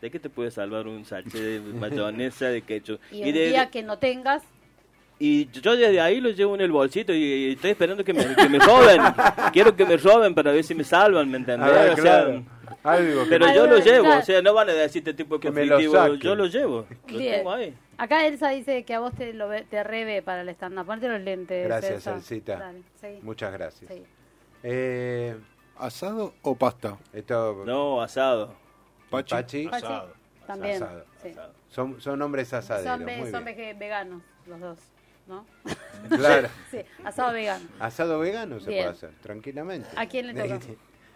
F: ¿De qué te puede salvar un sachet de mayonesa, de ketchup?
C: Y un
F: de-
C: día que no tengas,
F: Y yo desde ahí lo llevo en el bolsito y, y estoy esperando que me, que me roben. Quiero que me roben para ver si me salvan, ¿me entendés?
A: A ver,
F: O sea,
A: Ah, claro. Algo que-
F: pero
C: Ay,
F: yo lo
C: bueno,
F: llevo,
C: claro.
F: o sea, no van a decir este tipo de
A: Que me lo
F: conflictivo,
A: saquen.
F: yo lo llevo, lo
C: Bien.
F: tengo ahí.
C: Acá Elsa dice que a vos te, lo ve- te reve para el stand-up. Ponete los lentes.
A: Gracias,
C: Elsa.
A: Elsita.
C: Dale, seguí,
A: Muchas gracias.
C: seguí.
A: Eh,
D: ¿Asado o pasta?
A: esto,
F: No, asado.
D: Pachi.
A: Pachi,
C: Pachi, También.
A: Asado.
C: sí.
A: son, son hombres asaderos.
C: Son, ve-
A: muy
C: son
A: bien.
C: vege- veganos los dos, ¿no?
A: Claro.
C: Sí, asado vegano.
A: Asado vegano se
C: Bien.
A: puede hacer, tranquilamente.
C: ¿A quién le toca?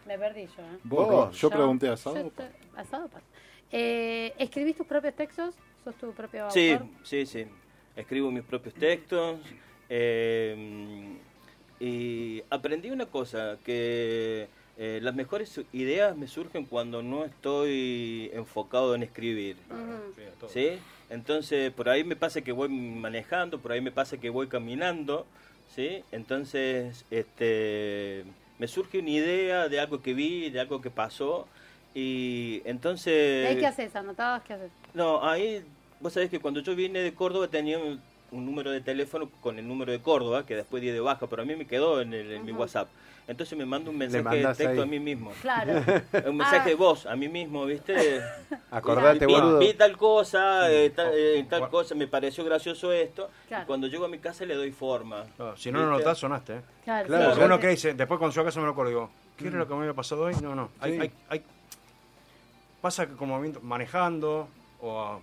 C: Me perdí yo, ¿eh?
D: Vos,
A: Vos.
D: no, yo pregunté asado.
C: yo te- asado, pasa. Eh, ¿Escribís tus propios textos? ¿Sos tu propio autor?
F: Sí, sí, sí. Escribo mis propios textos. eh, y aprendí una cosa, que eh, las mejores ideas me surgen cuando no estoy enfocado en escribir. ¿sí? Entonces, por ahí me pasa que voy manejando, por ahí me pasa que voy caminando, ¿sí? Entonces, este, me surge una idea de algo que vi, de algo que pasó, y
C: ¿Y ahí
F: entonces...
C: qué haces? ¿Anotabas qué haces?
F: No, ahí, vos sabés que cuando yo vine de Córdoba tenía un, un número de teléfono con el número de Córdoba, que después di de baja, pero a mí me quedó en, el- en mi WhatsApp. Entonces me mando un mensaje de
A: mandás
F: texto
A: ahí.
F: a mí mismo.
C: Claro.
F: Un mensaje
C: Ah.
F: de voz a mí mismo, ¿viste?
A: Acordate,
F: vi,
A: boludo.
F: vi tal cosa, eh, tal, eh, tal
E: Guar-
F: cosa, me pareció gracioso esto.
C: Claro.
F: Y cuando llego a mi casa le doy forma.
E: Claro, Si no lo notás, sonaste. ¿eh?
C: Claro,
A: Claro,
C: sí,
E: Porque uno
C: sí.
E: cree, dice, después cuando yo a casa me lo acuerdo, digo, ¿qué era lo que me había pasado hoy? No, no. Hay, hay- hay- pasa que como viendo- manejando o a-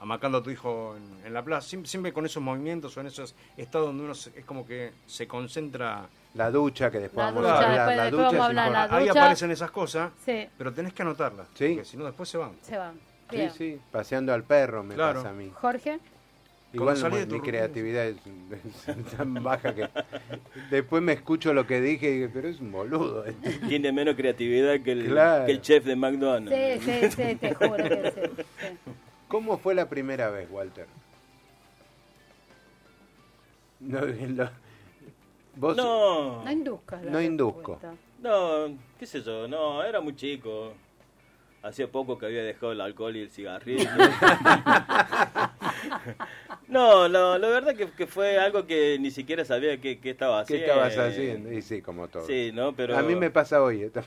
E: amacando a tu hijo en, en la plaza, siem- siempre, con esos movimientos o en esos estados donde uno se- es como que se concentra.
A: La ducha que después
C: La
A: vamos
C: ducha,
A: a hablar.
C: después-
A: la
C: después
A: ducha
C: vamos a
A: es
C: hablar, la
A: importante.
E: Ahí
C: ducha.
E: aparecen esas cosas,
C: Sí,
E: pero tenés que anotarlas,
A: Sí.
E: porque si no después se van.
C: se van.
A: Ah, Sí,
C: Bien.
A: sí, paseando al perro me
E: Claro.
A: pasa a mí.
C: Jorge,
A: Igual
E: salí
A: mi,
E: de tu
A: mi
E: rutina.
A: creatividad es, es tan baja que después me escucho lo que dije y digo, pero es un boludo. este".
F: Tiene menos creatividad que el,
A: Claro.
F: que el chef de
C: sí,
F: McDonald's.
C: sí, sí, te juro que sí. sí.
A: ¿Cómo fue la primera vez, Walter? No, lo- vos-
F: No,
C: No induzcas. la
A: No induzco.
C: respuesta.
F: no, qué sé yo, no, era muy chico. Hacía poco que había dejado el alcohol y el cigarrillo. no, no, la verdad que, que fue algo que ni siquiera sabía qué qué estaba
A: ¿Qué
F: haciendo.
A: estabas haciendo? Y sí, como todo.
F: eh, Sí, no, pero...
A: A mí me pasa hoy. eh, esto.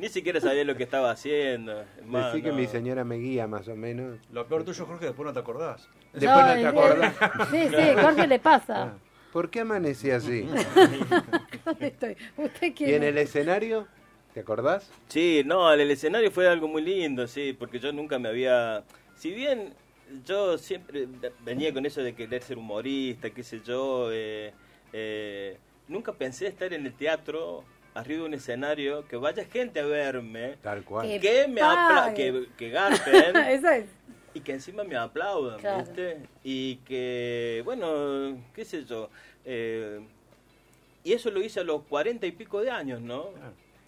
F: Ni siquiera sabía lo que estaba haciendo. Más,
A: Decí que
F: no.
A: mi señora me guía más o menos.
E: Lo peor tuyo, Jorge, después no te acordás.
A: Después no, te
C: es-
A: acordás. Ah.
C: Sí, sí, Jorge le pasa.
A: ¿Por qué amanecí así?
C: ¿Dónde estoy? ¿Usted
A: ¿Y en
C: quién
A: el
C: es?
A: escenario? ¿Te acordás?
F: Sí, no, el, el escenario fue algo muy lindo, sí, porque yo nunca me había... Si bien yo siempre ve- venía con eso de querer ser humorista, qué sé yo, eh, eh, nunca pensé estar en el teatro, arriba de un escenario, que vaya gente a verme,
A: Tal cual.
C: Que
F: que me apla
C: pague.
F: que, que garpen
C: Esa es.
F: y que encima me aplaudan,
C: Claro.
F: ¿viste? Y que, bueno, qué sé yo, eh, Y eso lo hice a los cuarenta y pico de años, ¿no?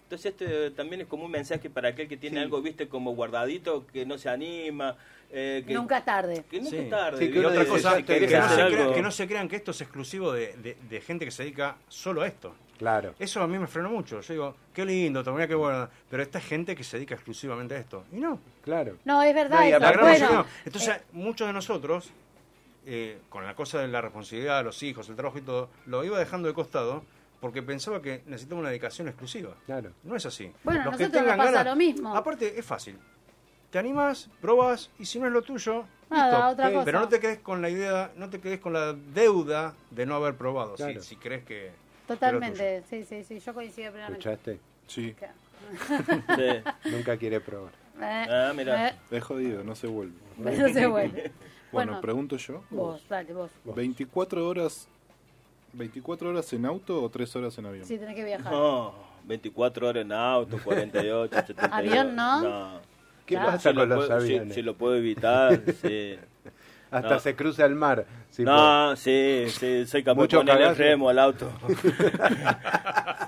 F: Entonces este también es como un mensaje para aquel que tiene algo, viste, como guardadito, que no se anima. eh, que,
B: Nunca es tarde.
F: Que nunca
E: Sí.
F: es tarde.
A: Sí, que
F: Y
A: uno
F: otra
A: dice,
F: cosa,
A: ya
F: si
A: estoy
E: Que,
F: querés
E: no
A: grande.
F: hacer
E: se
F: algo-
E: crean, que no se crean que esto es exclusivo de, de- de gente que se dedica solo a esto.
A: Claro.
E: Eso a mí me frenó mucho. Yo digo, qué lindo, todavía qué bueno. Pero esta es gente que se dedica exclusivamente a esto. Y no,
A: Claro.
C: No, es verdad.
A: No, y
C: eso.
E: la gran
C: bueno, eh.
E: mayoría no. Entonces, muchos de nosotros, eh, con la cosa de la responsabilidad, los hijos, el trabajo y todo, lo iba dejando de costado porque pensaba que necesitaba una dedicación exclusiva.
A: Claro.
E: No es así.
C: Bueno, a
E: Los que
C: nosotros nos
E: tengan
C: pasa
E: ganas-
C: lo mismo.
E: Aparte, es fácil. Te animas, probas, y si no es lo tuyo,
C: Nada,
E: listo.
C: otra
E: Sí.
C: cosa.
E: Pero no te quedes con la idea, no te quedes con la deuda de no haber probado, si-
A: Claro.
E: si, crees que... que
C: Totalmente, sí, sí, sí, yo coincido plenamente.
A: ¿Escuchaste?
D: Sí,
F: Sí.
A: Nunca quiere probar.
C: Eh,
F: Ah, mirá.
C: eh,
D: es jodido, no se vuelve.
C: pero se vuelve.
D: Bueno,
C: Bueno,
D: pregunto yo.
C: vos, dale, vos.
D: 24 horas 24 horas en auto o 3 horas en avión.
C: Sí, tenés que viajar.
F: No, 24 horas en auto, 48, 72.
C: ¿Avión no?
A: ¿Qué
C: Claro.
A: pasa
F: Si
A: con
F: lo,
A: los
F: puedo, si-
A: aviones?
F: si lo puedo evitar, sí.
A: Hasta
F: no.
A: se cruza el mar. si puede.
F: no, sí, sí, soy capaz de
A: Mucho
F: ponerle el
A: cagazo.
F: remo al auto.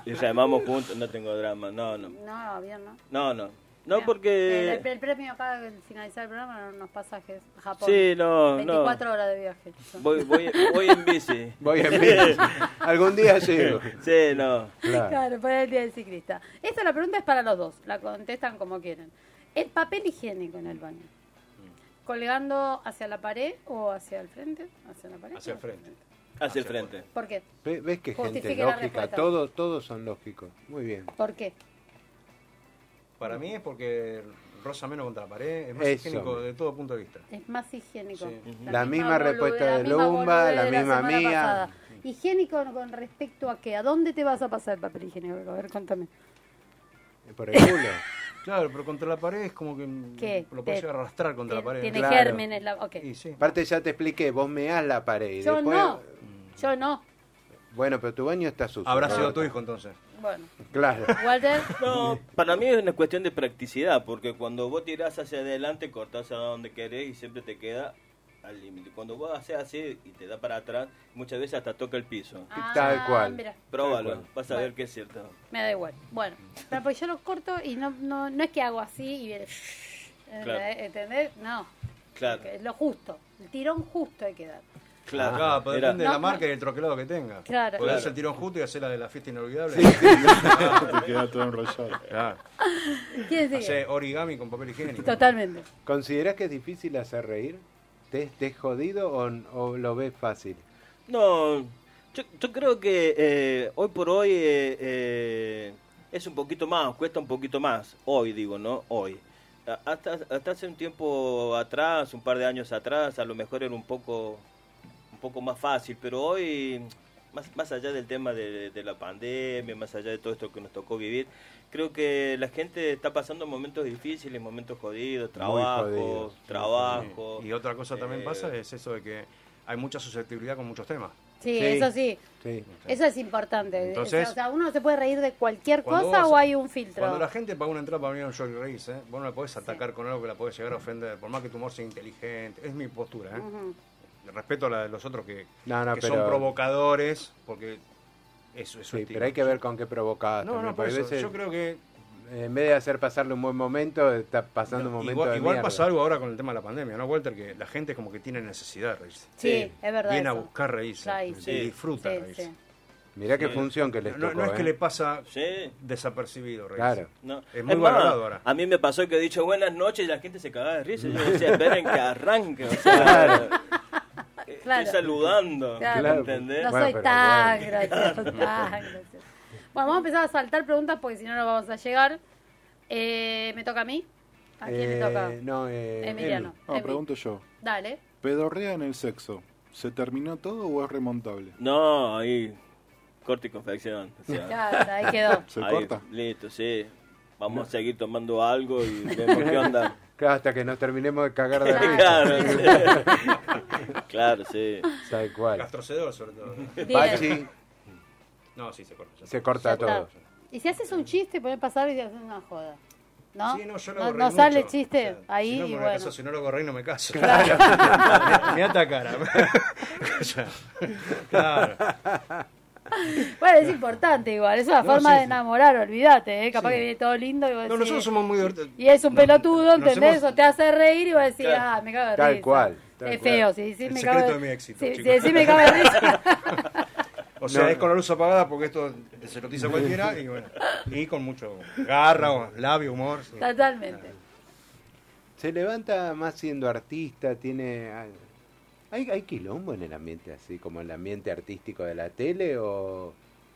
F: y remamos juntos, no tengo drama, no, no.
C: No, avión no.
F: No, no. No,
C: Mira, El,
F: porque...
C: el premio acá al finalizar el programa eran unos pasajes a Japón.
F: Sí, no, no.
C: 24 horas de viaje.
F: Voy, voy, voy en bici.
A: pues, Voy en bici. Algún día llego.
F: Sí, no.
A: Claro.
C: Claro, para el día del ciclista. Esta la pregunta es para los dos, la contestan como quieren. ¿El papel higiénico en el baño? ¿Colgando hacia la pared o hacia el frente? Hacia la pared.
E: Hacia
C: o
E: el frente.
F: Hacia el frente.
C: ¿Por qué?
A: Ve- ¿Ves que gente
C: Justifique la
A: lógica?
C: respuesta.
A: Todos, todos son lógicos. Muy bien.
C: ¿Por qué?
E: Para mí es porque rosa menos contra la pared, es más
A: Eso.
E: higiénico de todo punto de vista.
C: Es más higiénico.
E: Sí.
A: La misma
C: boludez,
A: respuesta
C: la
A: de
C: misma
A: Lumba,
C: boludez
A: la
C: de
A: misma
C: semana
A: mía.
C: pasada. Higiénico con respecto a qué? ¿A dónde te vas a pasar el papel higiénico? A ver, contame.
A: Por el culo.
E: Claro, pero contra la pared es como que
C: ¿Qué?
E: lo puedes
C: Te-
E: llegar a arrastrar contra la
C: Tiene,
E: pared.
C: tiene
A: Claro.
C: gérmenes. La... ok.
E: Y sí.
A: Aparte ya te expliqué, vos meás la pared. y
C: Yo
A: después-
C: no. Yo no.
A: Bueno, pero tu baño está sucio.
E: Habrá
A: ¿no?
E: sido tu hijo entonces.
C: Bueno.
A: Claro.
C: Walter,
F: No, para mí es una cuestión de practicidad, porque cuando vos tirás hacia adelante, cortás a donde querés y siempre te queda al límite. Cuando vos haces así y te da para atrás, muchas veces hasta toca el piso.
A: Tal
C: ah,
A: cual.
C: mira,
F: Próbalo, vas a ver que es cierto.
C: me da igual. Bueno, pero pues yo lo corto y no, no, no es que hago así y viene.
F: Claro.
C: ¿Entendés? No.
F: Claro,
C: Es lo justo. El tirón justo hay que dar.
A: Ah,
F: claro.
E: Claro, pero
F: Mirá,
E: depende de
C: No,
E: la marca
C: no.
E: y del troquelado que tenga.
C: Claro.
E: Podés
F: Claro.
E: el tirón justo y hacer la de la fiesta inolvidable.
D: Te queda todo enrollado.
A: Ah.
E: Claro.
C: ¿Quién sigue?
E: Hacer origami con papel higiénico.
C: Totalmente.
A: ¿Considerás que es difícil hacer reír? ¿Te, te es jodido o, o lo ves fácil?
F: No, yo, yo creo que eh, hoy por hoy eh, eh, es un poquito más, cuesta un poquito más. Hoy digo, ¿no? Hoy. A- Hasta, hasta hace un tiempo atrás, un par de años atrás, a lo mejor era un poco, un poco más fácil, pero hoy, más, más allá del tema de, de la pandemia, más allá de todo esto que nos tocó vivir, creo que la gente está pasando momentos difíciles, momentos jodidos, trabajo,
A: jodidos.
F: trabajo.
E: Y otra cosa también
F: Eh,
E: pasa es eso de que hay mucha susceptibilidad con muchos temas.
C: Sí,
A: Sí.
C: eso sí.
A: Sí.
C: Eso es importante.
E: Entonces-
C: o sea, uno se puede reír de cualquier
E: Cuando
C: cosa
E: vos-
C: o hay un filtro.
E: Cuando la gente paga una entrada para venir a un show y reírse, vos no la podés atacar con algo que la podés llegar a ofender, por más que tu humor sea inteligente. Es mi postura, ¿eh?
C: Ujú.
E: Respeto a la de los otros que,
A: No, no,
E: que
A: pero-
E: son provocadores, porque eso es su
A: Sí,
E: estilo.
A: pero hay que ver con qué provocás.
E: No,
A: también,
E: no, por
A: porque a
E: eso.
A: veces,
E: Yo creo que
A: En vez de hacer pasarle un buen momento, está pasando un momento
E: igual,
A: de
E: igual
A: mierda.
E: pasa algo ahora con el tema de la pandemia, ¿no, Walter? Que la gente como que tiene necesidad de reírse.
C: Sí, es verdad.
E: Viene a
C: eso.
E: buscar reírse.
C: Claro,
E: y
F: sí.
E: disfruta
C: Sí,
E: reírse.
C: sí.
A: Mirá qué función que les
E: No,
A: tocó,
E: no es que
A: ¿eh?
E: le pasa
F: Sí.
E: desapercibido reírse.
A: Claro.
F: No.
E: Es muy
F: más,
E: valorado ahora.
F: A mí me pasó que he dicho buenas noches y la gente se cagaba de risa. Yo decía, esperen que arranque. O sea, eh,
C: Claro.
F: Estoy saludando.
C: Claro.
F: ¿Entendés?
C: No
A: Bueno,
C: soy
A: pero
C: tan
A: bueno.
C: gracioso, tan gracioso. Bueno, vamos a empezar a saltar preguntas porque si no, no vamos a llegar. Eh, ¿Me toca a mí? ¿A quién
A: Eh,
C: me toca?
A: No, eh,
C: Emiliano.
D: No,
C: Emi.
D: Ah, pregunto yo.
C: Dale.
D: ¿Pedorrea en el sexo? ¿Se terminó todo o es remontable?
F: No, ahí corte y confección. o sea,
C: Ya, está, ahí quedó.
D: ¿Se
F: ahí,
D: corta?
F: Listo, sí. Vamos a seguir tomando algo y vemos qué onda.
A: Em, Claro, hasta que nos terminemos de cagar de risa.
F: Claro, sí. Claro, sí.
A: Tal cual.
E: Gastrocedor, sobre todo.
C: Bien.
A: Pachi
E: No, sí, se corta. ya.
A: se
C: Ya
A: corta
C: está.
A: todo.
C: Y si haces un chiste, podés pasar y haces una joda. ¿No?
E: Sí, no, yo lo
C: no,
E: hago
C: no
E: reír
C: sale
E: mucho.
C: el chiste
E: O sea,
C: ahí
E: si no,
C: y
E: me
C: bueno.
E: caso, si no lo hago reír, no me caso. Mirá esta cara. O sea, claro.
C: Bueno, es importante igual, es una
E: No,
C: forma
E: sí,
C: de
E: sí.
C: enamorar, olvídate, ¿eh? capaz
E: Sí.
C: que viene todo lindo y vos
E: No,
C: decís-
E: nosotros somos muy divertidos.
C: Y es un pelotudo,
E: nos
C: ¿entendés?
E: hemos-
C: O te hace reír y vos decís,
E: Claro.
C: ah, me cago de
A: Tal
C: risa.
A: cual, tal
C: es
A: cual.
C: feo, si decís
E: El
C: me
E: secreto
C: cago
E: de mi éxito,
C: si- si
E: chicos.
C: decís me cago de risa.
E: O sea,
A: No.
E: es con la luz apagada porque esto se lo tiza cualquiera y bueno. Y con mucho garra, o labio, humor. sí.
C: Totalmente.
A: Se levanta más siendo artista, tiene... ¿Hay, ¿Hay quilombo en el ambiente así, como el ambiente artístico de la tele o...?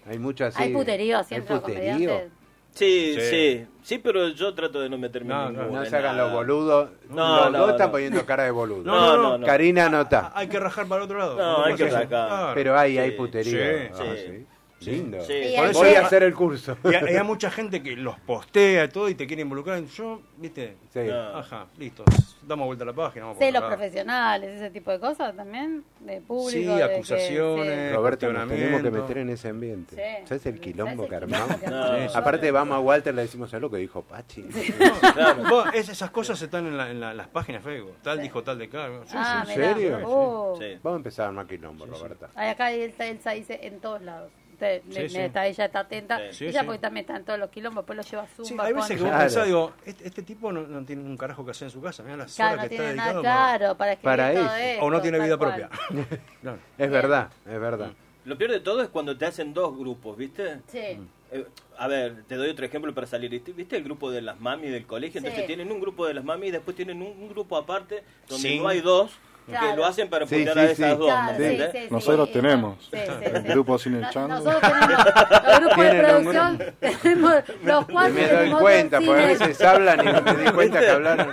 A: Hay mucho así...
C: Hay puterío
A: ¿Hay
C: siempre los
A: puterío?
C: comediantes.
F: Sí,
E: Sí.
F: sí, sí, pero yo trato de no meterme
E: No,
F: en
E: no,
F: ningún
A: No
F: de
A: se hagan
F: nada.
A: los boludos.
F: No,
A: los
F: no,
A: dos están
F: no.
A: poniendo cara de boludo.
F: No, no, no.
A: Karina no está.
E: Ah, Hay que rajar para el otro lado.
F: No, hay que
E: Claro.
F: rajar.
A: Pero hay,
F: Sí,
A: hay puterío.
E: sí,
A: Ah,
F: sí.
A: sí. Lindo.
F: Sí.
B: Y
F: por
B: hay
F: eso-
A: Voy
B: Sí.
A: a hacer el curso.
E: Y hay, hay mucha gente que los postea y todo y te quiere involucrar. Yo, viste,
A: Sí.
F: No.
E: ajá, listo. Damos vuelta a la página. vamos por
C: Celos
E: acá.
C: profesionales, ese tipo de cosas también, de público.
E: Sí,
C: de que-
E: acusaciones.
A: Roberto, nos tenemos que
E: Cuestionamiento.
A: meter en ese ambiente.
C: Eh, Sí.
A: ¿Sabes el
C: ¿Sabes
A: quilombo
C: el
A: que armamos?
C: quilombo que
F: No.
E: armamos?
A: Aparte, vamos a Walter, le decimos a lo que dijo Pachi.
F: Claro.
E: Vos, es- esas cosas están en, la- en la- las páginas de Facebook. Tal dijo tal de acá. Sí,
C: Ah,
E: sí,
A: ¿en
C: mirá.
A: serio?
C: Oh.
F: Sí.
A: Vamos a empezar a armar quilombo, Roberta.
C: Ay, acá Elsa, Elsa dice en todos lados. Usted, me-
E: Sí,
C: me
E: sí.
C: está- ella está atenta.
F: Sí.
E: Sí,
C: ella
E: sí.
C: porque también está en todos los quilombos, después lo lleva a Zumba.
E: Sí, hay veces que vos
A: Claro.
E: pensás, digo, este, este tipo no, no tiene un carajo que hacer en su casa. Mirá las
C: claro,
E: horas
C: no
E: que está
C: tiene nada
E: dedicado.
C: claro para escribir
A: Para
C: todo
A: eso.
E: para-
C: esto,
E: O no tiene
C: tal
E: vida
C: cual.
E: propia. Claro.
A: Es verdad, es verdad.
F: Lo peor de todo es cuando te hacen dos grupos, ¿viste?
C: Sí.
F: Eh, a ver, te doy otro ejemplo para salir. ¿Viste- ¿Viste el grupo de las mamis del colegio? Entonces
C: Sí.
F: tienen un grupo de las mamis y después tienen un, un grupo aparte donde
E: Sí.
F: no hay dos
C: Claro.
F: que lo hacen para
A: Sí,
F: putear
A: sí,
F: a esas
A: sí.
F: dos.
C: Claro,
F: ¿me
C: Ah, sí,
F: entendés?
C: sí, sí,
D: Nosotros
C: sí,
D: tenemos
C: sí, sí,
D: el
C: sí.
D: grupo sin el
C: No-
D: chango.
C: Nosotros tenemos los grupos de
A: Tienen un
C: producción, tenemos los
A: Y
C: cuatro
A: me
C: tenemos
A: doy
C: dos
A: cuenta, porque a
C: cines.
A: veces hablan y no Ah, me di cuenta que hablaron.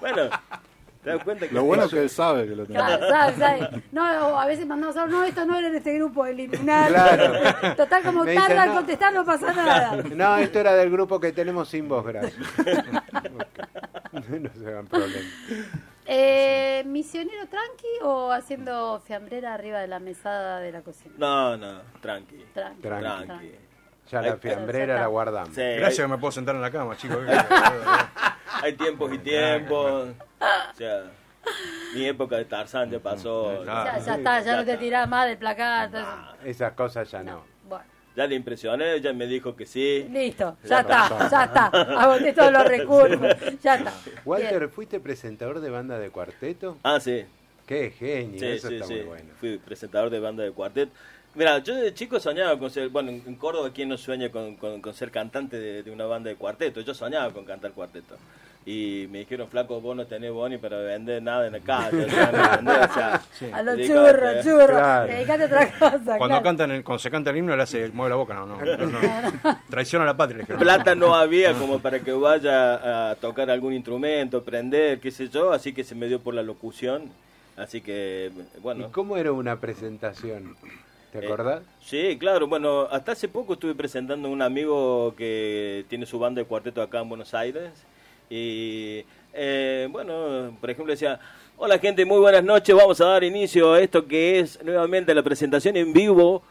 F: Bueno, te das cuenta que
D: Lo bueno es que él sabe que lo tenemos.
C: Claro, sabe, sabe. No, o a veces mandamos a no, esto no era en este grupo, eliminar.
A: Claro.
C: Total, como
A: Me dicen,
C: tardan en
A: no.
C: contestar, no pasa nada.
A: No, esto era del grupo que tenemos sin vos, gracias. no se hagan problemas.
C: Eh, ¿Misionero tranqui o haciendo fiambrera arriba de la mesada de la cocina?
F: No, no, tranqui.
C: Tranqui.
A: Tranqui.
F: Tranqui.
A: Ya la fiambrera la guardamos.
F: Sí,
E: Gracias
F: hay,
E: que me puedo sentar en la cama, chicos.
F: hay tiempos y tiempos. O sea, mi época de Tarzán ya pasó.
E: Claro.
A: Ah,
C: Ya, ya está, ya no te tirás más del placar. todo eso.
A: Esas cosas ya no.
C: Bueno,
F: Ya le impresioné, ya me dijo que sí.
C: listo, ya está, ya está. Agoté todos los recursos, ya está.
A: Walter,
C: Bien.
A: ¿fuiste presentador de banda de cuarteto?
F: Ah, sí.
A: Qué genio,
F: Sí,
A: eso
F: sí,
A: está
F: sí.
A: muy bueno.
F: Fui presentador de banda de cuartet. Mira, yo de chico soñaba con ser, bueno, en en Córdoba, ¿quién no sueña con, con- con ser cantante de, de una banda de cuarteto? Yo soñaba con cantar cuarteto. Y me dijeron, flaco, vos no tenés boni para vender nada en la calle. o sea, ¿me entendés? O sea, eh,
C: A los
F: dedicate.
C: churros, churros.
A: Claro.
C: Dedicate a otra cosa.
E: Cuando,
C: claro.
E: cantan el- cuando se canta el himno, le hace, mueve la boca, no, no. no, no. Traición a la patria, le dijeron.
F: Plata no había como para que vaya a tocar algún instrumento, aprender, qué sé yo, así que se me dio por la locución. Así que, bueno.
A: ¿Y cómo era una presentación?
F: Eh.
A: ¿Te acordás?
F: Sí, claro. Bueno, hasta hace poco estuve presentando a un amigo que tiene su banda de cuarteto acá en Buenos Aires. Y eh, bueno, por ejemplo, decía: Hola, gente, muy buenas noches. Vamos a dar inicio a esto que es nuevamente la presentación en vivo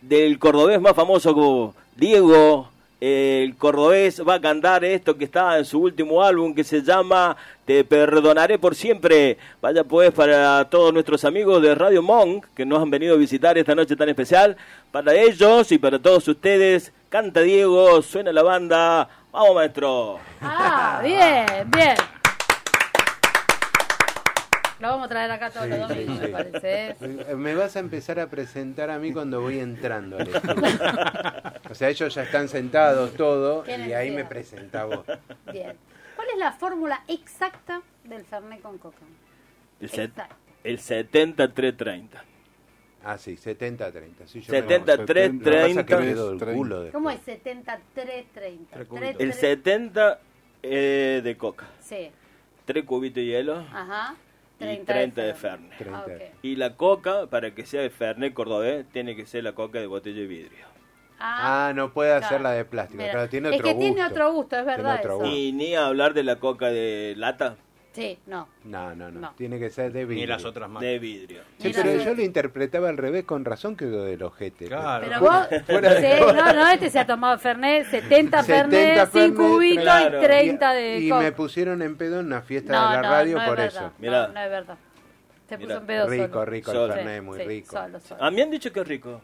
F: del cordobés más famoso, como Diego. El cordobés va a cantar esto que está en su último álbum que se llama Te perdonaré por siempre. Vaya pues para todos nuestros amigos de Radio Monk que nos han venido a visitar esta noche tan especial. Para ellos y para todos ustedes, canta Diego, suena la banda. Vamos maestro.
C: Ah, bien, bien. Lo vamos a traer acá todos los
A: Sí,
C: domingos,
A: sí.
C: me parece. ¿eh?
A: Eh, Me vas a empezar a presentar a mí cuando voy entrando. al estudio. o sea, ellos ya están sentados todo
C: Qué
A: y ahí
C: energía.
A: me presenta vos.
C: Bien. ¿Cuál es la fórmula exacta del Fernet con Coca?
F: El, set,
C: Exacto.
F: el 7330.
A: Ah, sí, 70-30. Sí, yo me-
F: 70
A: Lo que pasa es que me
F: 30
A: quedo del culo después.
C: ¿Cómo es 7330?
E: Tres cubitos.
F: El
C: 70.
F: 70 eh, de coca,
C: Sí.
F: 3 cubitos de hielo
C: Ajá.
F: y 30 de Fernet.
C: Ah,
A: 30.
C: ok.
F: Y la coca, para que sea el Fernet cordobés, tiene que ser la coca de botella de vidrio.
A: Ah, no puede
C: claro.
A: hacer la de plástico,
C: Mira,
A: claro, tiene
C: es
A: otro
C: que
A: gusto.
C: tiene otro gusto, es
A: Tiene
C: verdad
A: otro
C: eso.
A: gusto.
F: Y ni hablar de la coca de lata
C: Sí, no.
A: No, no, no,
C: No.
A: Tiene que ser de
E: Ni
A: vidrio.
E: las otras más.
F: de vidrio.
A: Sí,
C: Ni
A: pero
C: las
A: yo lo interpretaba al revés, con razón quedó del ojete. pues.
E: Claro.
C: Pero vos, sí, no, no, este se ha tomado Fernet, 70 Fernet, 5
A: Fernet,
C: cubitos
F: claro.
C: y 30 de
A: Y, y
C: Coca.
A: me pusieron en pedo en una fiesta
C: No,
A: de la
C: no,
A: radio
C: no es
A: por
C: verdad.
A: eso.
F: Mirá.
C: No, no es verdad. Se
F: Mirá.
C: puso en pedo
A: rico,
C: solo.
A: rico,
F: Solo.
A: el Fernet, muy
C: Sí,
A: rico.
F: Ah,
C: Solo, solo.
F: A mí han dicho que es rico.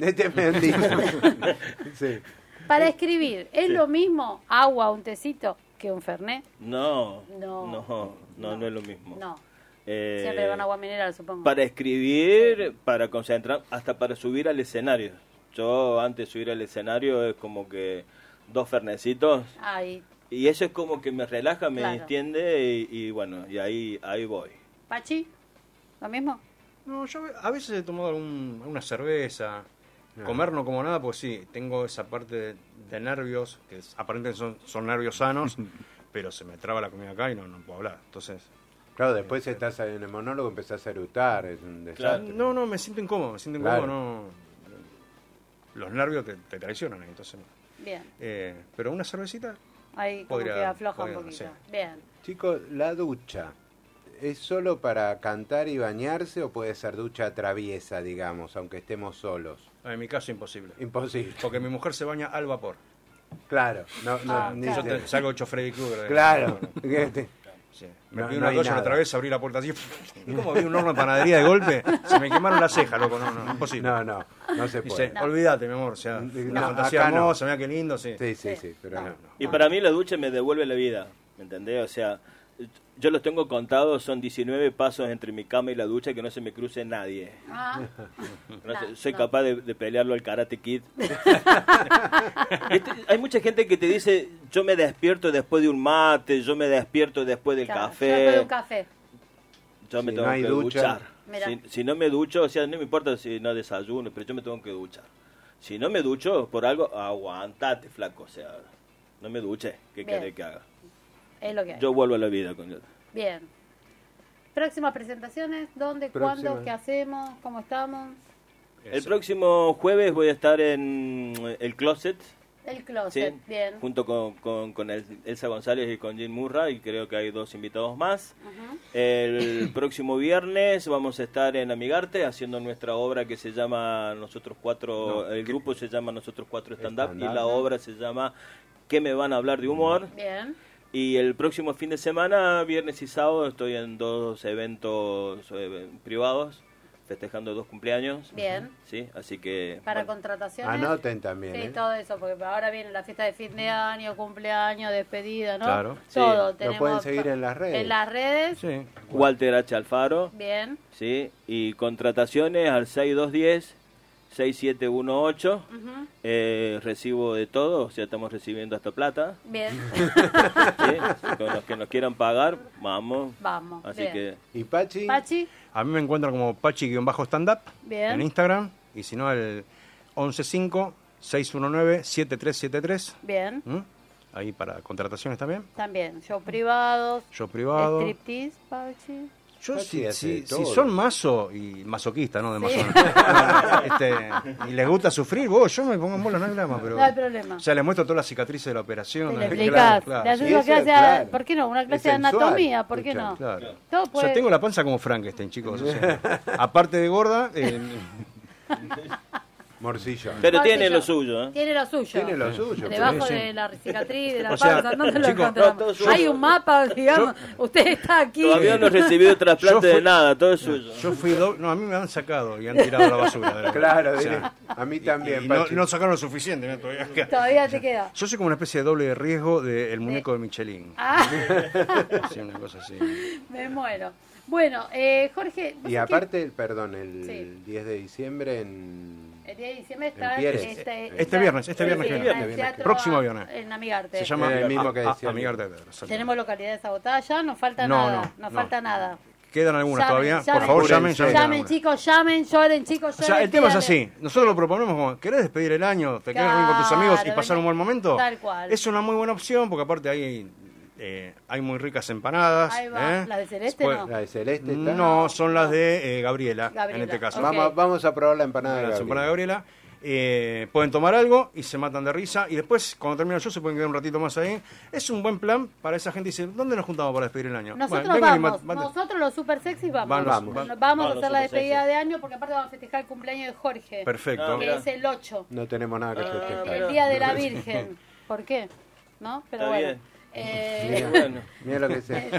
A: Este es mentira. sí.
C: Para
F: eh,
C: escribir, ¿es lo mismo agua, un tecito, que un fernet?
F: No,
C: No.
F: no, no, no, es lo mismo.
C: No.
F: Eh,
C: Siempre con agua mineral, supongo.
F: Para escribir, para concentrar, hasta para subir al escenario. Yo antes de subir al escenario es como que dos fernecitos
C: Ay,
F: y eso es como que me relaja, me
C: Claro.
F: distiende y, y bueno, y ahí, ahí voy.
C: Pachi, ¿lo mismo?
E: No, yo a veces he tomado algún- una cerveza. Comer no como nada, pues sí, tengo esa parte de, de nervios, que es- aparentemente son, son nervios sanos, pero se me traba la comida acá y no, no puedo hablar. Entonces,
A: Claro, después estás en el monólogo, empezás a erutar, es un desastre.
E: no, no, me siento incómodo, me siento incómodo,
A: Claro.
E: no. Los nervios te, te traicionan, entonces. no.
C: Bien.
E: Eh, pero una cervecita,
C: Ahí como
E: Podría-
C: que afloja
E: podría,
C: un poquito.
E: sí.
C: Bien.
A: Chicos, la ducha, ¿es solo para cantar y bañarse o puede ser ducha traviesa, digamos, aunque estemos solos?
E: en mi caso imposible.
A: Imposible.
E: Porque mi mujer se baña al vapor.
A: Claro, no, no,
C: Ah,
A: ni
E: Yo
C: claro.
A: te-
E: te- salgo hecho Freddy Krueger.
A: Claro.
E: No, no, no.
A: Este,
E: eh. Sí. Me
A: No,
E: pidió
A: no
E: una
A: hay
E: toalla
A: nada.
E: una vez, abrí la puerta así. Y como vi un horno de panadería de golpe, se me quemaron las cejas, loco. No, no, imposible.
A: No, no, no se
E: Dice,
A: puede.
E: olvídate, mi amor. O sea, una
A: No,
E: fantasía
A: acá no.
E: hermosa, mira qué lindo. Sí.
A: Sí, sí, sí, pero no.
F: Y para mí la ducha me devuelve la vida, ¿me entendés? O sea, yo los tengo contados, son 19 pasos entre mi cama y la ducha que no se me cruce nadie.
C: Ah,
F: No sé,
C: No,
F: soy
C: no.
F: capaz de, de pelearlo al Karate Kid. Este, hay mucha gente que te dice, yo me despierto después de un mate, yo me despierto después del
C: claro. Yo después de
F: café,
C: un café.
F: yo me
A: Si
F: tengo
A: no hay
F: que
A: ducha.
C: Mirá.
F: duchar. Si, si no me ducho, o sea, no me importa si no desayuno, pero yo me tengo que duchar. Si no me ducho por algo, aguantate, flaco, o sea, no me duche, ¿qué
C: Bien.
F: querés que haga?
C: Es lo que hay.
F: Yo vuelvo a la vida con él.
C: Bien. Próximas presentaciones, ¿dónde,
A: Próxima.
C: cuándo, qué hacemos, cómo estamos?
F: El próximo jueves voy a estar en eh, el closet,
C: El
F: ¿sí?
C: closet, bien.
F: junto con, con, con El- Elsa González y con Jim Murra, y creo que hay dos invitados más. El próximo viernes vamos a estar en Amigarte haciendo nuestra obra que se llama Nosotros Cuatro, el grupo se llama Nosotros Cuatro Stand Up y
A: Stand Up.
F: la obra se llama ¿Qué me van a hablar de humor?
C: Bien.
F: Y el próximo fin de semana, viernes y sábado, estoy en dos eventos eh, privados, festejando dos cumpleaños.
C: Bien.
F: Sí, así que...
C: Para
F: bueno,
C: contrataciones.
A: Anoten también,
C: Sí,
A: ¿eh?
C: todo eso, porque ahora viene la fiesta de fin de año, cumpleaños, despedida, ¿no?
E: Claro. Sí,
C: Todo.
A: lo
C: tenemos
A: pueden seguir en las redes.
C: En las redes,
E: Sí.
F: Walter H. Alfaro,
C: bien.
F: sí, y contrataciones al 6210 6718. Eh, recibo de todo, o sea, estamos recibiendo hasta plata.
C: Bien.
F: ¿sí? Con los que nos quieran pagar, vamos.
C: Vamos.
F: Así
C: bien.
F: que
A: ¿Y Pachi?
C: Pachi,
E: A mí me encuentran como Pachi-Stand-Up
C: Bien.
E: en Instagram. Y si no, el 115-619-7373.
C: bien.
E: ¿Mm? Ahí para contrataciones también.
C: También. Show privados.
E: Yo privado.
C: Striptease, Pachi.
E: Yo,
A: Pachi
E: si,
A: hace
E: si-
A: de
E: si
A: todo.
E: son maso y masoquista, ¿no? De
C: Sí.
E: masón. Este, y les gusta sufrir, vos, yo me pongo en bola, no hay drama, pero.
C: No hay problema.
E: O sea, les muestro todas las cicatrices de la operación.
C: Te lo
E: ¿no?
C: explicás. Le
E: Claro, claro,
C: haces
A: Sí,
C: una
A: eso es
C: clase,
A: claro.
C: ¿por qué no? Una
A: Es
C: clase de
A: sensual.
C: anatomía, ¿por qué
A: Escucha,
C: no?
E: claro.
C: Todo
E: O sea,
C: puede-
E: tengo la panza como Frankenstein, chicos. o sea, aparte de gorda, eh,
A: Morcillo.
F: Pero
C: Aparte
F: tiene
C: yo-
F: lo suyo, ¿eh?
C: Tiene lo suyo.
A: Tiene lo suyo.
C: Debajo
E: sí.
C: de la cicatriz, de la
E: O sea,
C: panza, ¿dónde lo
E: chicos,
F: no,
C: encontramos?
F: todo suyo.
C: Hay un mapa, digamos. Usted está aquí.
F: Todavía no he recibido
E: Yo
F: trasplante
E: fui-
F: de nada, todo es suyo.
E: yo fui doble. No, a mí me han sacado y han tirado a la basura. de la-
A: Claro,
E: o sea,
A: dile, a mí
E: y
A: también,
E: no,
A: Pachi.
E: no sacaron lo suficiente, ¿no? Todavía acá.
C: Todavía te queda.
E: Yo soy como una especie de doble de riesgo del muñeco de Michelin.
C: Ah.
E: Sí, una cosa así.
C: Me muero. Bueno, eh, Jorge. ¿vos
A: Y
C: sabés
A: aparte, perdón, el
C: Sí. Eh,
A: 10 de diciembre en...
C: que El día de diciembre está.
A: en Pieres.
C: este,
E: Este viernes, este viernes
C: sí,
E: que
A: viene.
C: en
A: Este viernes que
C: teatro
E: viene. Próximo viernes.
C: En Amigarte.
E: Se llama Ah,
A: Era el mismo que
E: A- A-
A: decía
E: Amigarte de Pedro, exacto.
C: Tenemos localidades agotadas ya, no falta
E: No,
C: nada.
E: no,
C: no
E: no.
C: falta nada.
E: Quedan algunas
C: Llamen,
E: todavía.
C: llamen.
E: Por favor, llamen,
A: Apúrense.
E: llamen.
A: Llamen,
E: algunas.
C: chicos, llamen, lloren, chicos,
E: O
C: lloren.
E: sea, el tema es
C: pídanle.
E: así. Nosotros lo proponemos como, ¿querés despedir el año? ¿Te querés reunir con tus
C: Claro,
E: amigos y pasar un
C: vení.
E: buen momento?
C: Tal cual.
E: Es una muy buena opción porque aparte hay, eh, hay muy ricas empanadas.
C: Ahí va.
E: ¿eh?
C: ¿Las de celeste
E: Después-
C: no?
A: La de Celeste Este, está...
E: No, son las de eh, Gabriela,
C: Gabriela,
E: en este caso.
C: ok.
A: Vamos, vamos a probar la empanada de
E: La
A: Gabriel.
E: semana de Gabriela. Eh, pueden tomar algo y se matan de risa. Y después, cuando termina el show, se pueden quedar un ratito más ahí. Es un buen plan para esa gente. Dice, ¿dónde nos juntamos para despedir el año?
C: Nosotros
E: Bueno, vengan y
C: vamos,
E: mat- maten-
C: nosotros los super sexys vamos.
E: Van los-
C: vamos,
E: van-
F: van
C: a
F: los
C: hacer la
F: super
C: despedida
F: sexys.
C: de año porque aparte vamos a festejar el cumpleaños de Jorge,
E: Perfecto.
F: Ah,
C: que
F: mirá.
C: es el 8,
A: No tenemos nada
F: Ah,
A: que festejar.
C: el Día de la Virgen. ¿Por qué? ¿No? Pero
F: Está
C: bueno.
F: bien.
C: Eh,
A: Mira lo que se...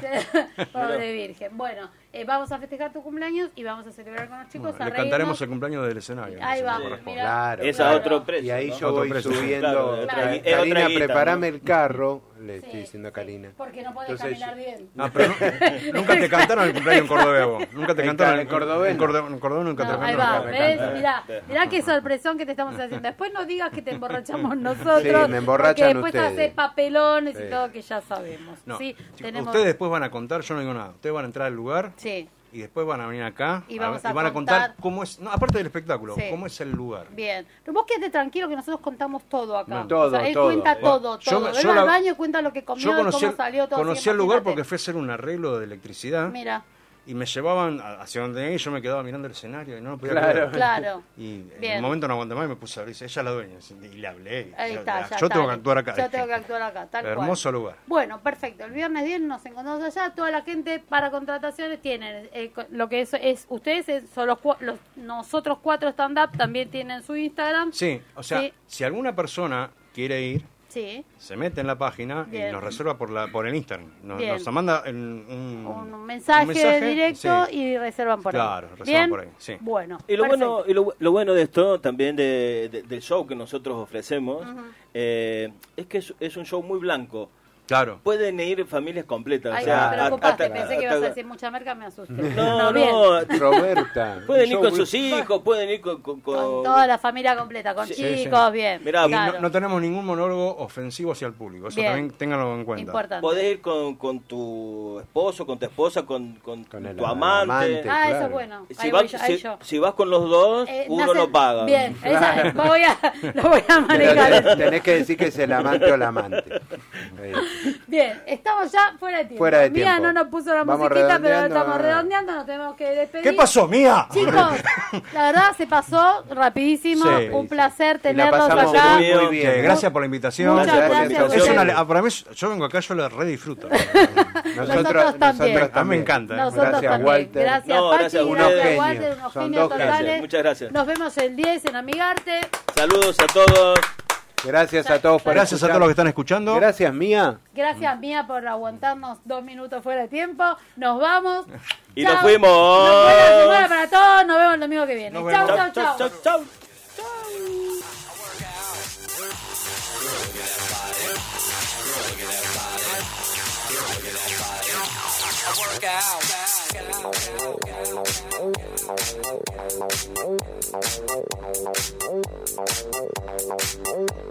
C: Pobre Virgen. Bueno, eh, vamos a festejar tu cumpleaños y vamos a celebrar con los chicos.
E: Bueno, le
C: a
E: cantaremos
C: reírnos.
E: el cumpleaños del escenario.
C: Ahí
E: si
C: va,
E: me corresponde.
C: mirá. Claro,
F: Esa
C: claro.
F: otro precio.
A: Y ahí
F: ¿no?
A: yo
E: Otro
A: voy
E: precio.
F: Claro,
A: subiendo.
F: otra-
A: Ca-
F: es otra
A: Karina,
F: guita,
A: preparame
F: ¿no?
A: el carro. Le estoy
C: Sí,
A: diciendo a
C: sí,
A: Karina.
C: Porque no podés
A: Entonces,
C: caminar bien.
E: Ah, pero no- nunca te cantaron el cumpleaños en Córdoba. vos. Nunca te
A: En
E: cantaron
A: ca- en cordobés
E: En
A: no.
E: Córdoba en Córdoba nunca te
C: No, ahí
E: cantaron.
C: va,
A: me
C: ¿ves?
A: encanta.
C: Mirá, mirá qué sorpresón que te estamos haciendo. Después no digas que te emborrachamos nosotros.
A: Sí, me emborrachan
C: porque después
A: ustedes.
C: haces papelones
A: Sí.
C: y todo que ya sabemos.
E: No.
C: Sí,
E: Si-
C: tenemos...
E: Ustedes después van a contar, yo no digo nada. Ustedes van a entrar al lugar
C: Sí,
E: y después van a venir acá
C: Y vamos a
E: van a contar,
C: contar-
E: cómo es, no, aparte del espectáculo,
C: Sí.
E: cómo es el lugar.
C: bien. Pero vos quédate tranquilo que nosotros contamos todo acá.
A: No, todo,
C: O sea, él
A: todo.
C: cuenta
A: Bueno,
C: todo,
E: eh. yo
C: todo.
E: me-
C: Él
E: yo
C: va al
E: la-
C: baño y cuenta lo que comió,
E: Yo conocí,
C: cómo salió todo.
E: conocí
C: sí,
E: el lugar
C: imagínate.
E: porque fui a hacer un arreglo de electricidad
C: Mira,
E: y me llevaban a- hacia donde era y yo me quedaba mirando el escenario y no lo podía
A: Claro.
E: creer.
C: claro.
E: Y en
C: Bien.
E: un momento no aguanté más y me puse a abrir. Ella es la dueña. así, Y le hablé.
C: Ahí
E: yo "Ah,
C: está, ya
E: yo
C: está.
E: tengo que actuar acá.
C: Yo
E: dije.
C: tengo que actuar acá, tal cual.
E: Hermoso lugar.
C: Bueno, perfecto. El viernes 10 nos encontramos allá. Toda la gente para contrataciones tienen eh, co- lo que es, es ustedes eh, son los, cua- los- nosotros cuatro stand up también tienen su Instagram.
E: Sí, o sea,
C: Sí.
E: si alguna persona quiere ir,
C: Sí.
E: se mete en la página
C: Bien.
E: y nos reserva por la por el Instagram. Nos,
C: Bien.
E: nos manda en Mm. un,
C: Un mensaje,
E: un mensaje,
C: directo
E: sí.
C: y reservan por
E: Claro,
C: ahí.
E: reservan
C: ¿Bien?
E: por ahí, sí.
C: Bueno.
F: Y lo
C: perfecto.
F: bueno, y lo, bu- lo bueno de esto, también de- de- del show que nosotros ofrecemos, eh, es que es, es un show muy blanco.
E: Claro.
F: Pueden ir familias completas.
C: Ay,
F: o sea,
C: me
F: a-
C: preocupaste,
F: hasta-
C: pensé que ibas
F: hasta-
C: a decir mucha merca, me asusté.
F: No,
C: bien.
F: no,
A: Roberta.
F: pueden ir
A: yo
F: con
A: voy-
F: sus hijos, pueden ir con... con, con-
C: Con toda la familia completa, con
F: Sí,
E: sí.
C: chicos, bien.
F: Mirá,
E: Y
C: claro.
E: no, no tenemos ningún monólogo ofensivo hacia el público. Eso
C: Bien.
E: también ténganlo en cuenta.
C: Importante.
F: Podés ir con, con tu esposo, con tu esposa, con, con,
A: Con el
F: tu amante.
A: amante.
C: Ah, eso
A: Claro.
C: es bueno.
F: Si,
C: Ahí
F: vas-
C: voy yo, ahí
F: si-
C: yo.
F: si vas con los dos,
C: Eh,
F: uno
C: nacen-
F: lo paga.
C: Bien, esa, voy a, lo voy a
A: Pero
C: manejar.
A: tenés- Tenés que decir que es el amante o la amante. Ahí.
C: Bien, estamos ya fuera de tiempo.
A: Fuera de
C: Mía
A: tiempo.
C: no nos puso la
A: Vamos
C: musiquita, pero
A: redondeando.
C: estamos redondeando, nos tenemos que despedir.
E: ¿Qué pasó, mía?
C: Chicos, la verdad se pasó rapidísimo.
E: Sí.
C: Un placer
A: Y la
C: tenerlos
A: pasamos
C: acá.
A: muy, muy bien.
E: Eh,
A: ¿no?
E: gracias por la invitación.
C: Muchas
A: Gracias por la
C: gracias. a
E: Es
A: invitación.
E: una,
C: ustedes.
E: le- ah, para mí, yo vengo acá, yo la redisfruto.
C: Nosotros también.
E: A mí me encanta. eh.
C: Nosotros
A: Gracias,
C: también.
A: Walter.
C: Gracias,
F: No,
C: Pachi.
F: gracias a
C: Gracias,
F: ustedes.
C: Walter. Unos
A: Son
C: genios
A: dos genios.
C: totales.
F: Muchas gracias.
C: Nos vemos el 10 en Amigarte.
F: Saludos a todos.
A: Gracias a todos por
E: Gracias a todos los que
A: escuchar.
E: están escuchando.
A: Gracias, Mía.
C: Gracias, Mía, por aguantarnos dos minutos fuera de tiempo. Nos vamos.
F: Y
C: Chau.
F: nos fuimos.
C: Nos- Buena semana para todos. Nos vemos el domingo que viene.
E: Nos
C: Chau, chau,
E: vemos.
C: chau.
F: chau, chau.
H: I'm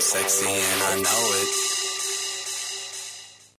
H: sexy and I know it.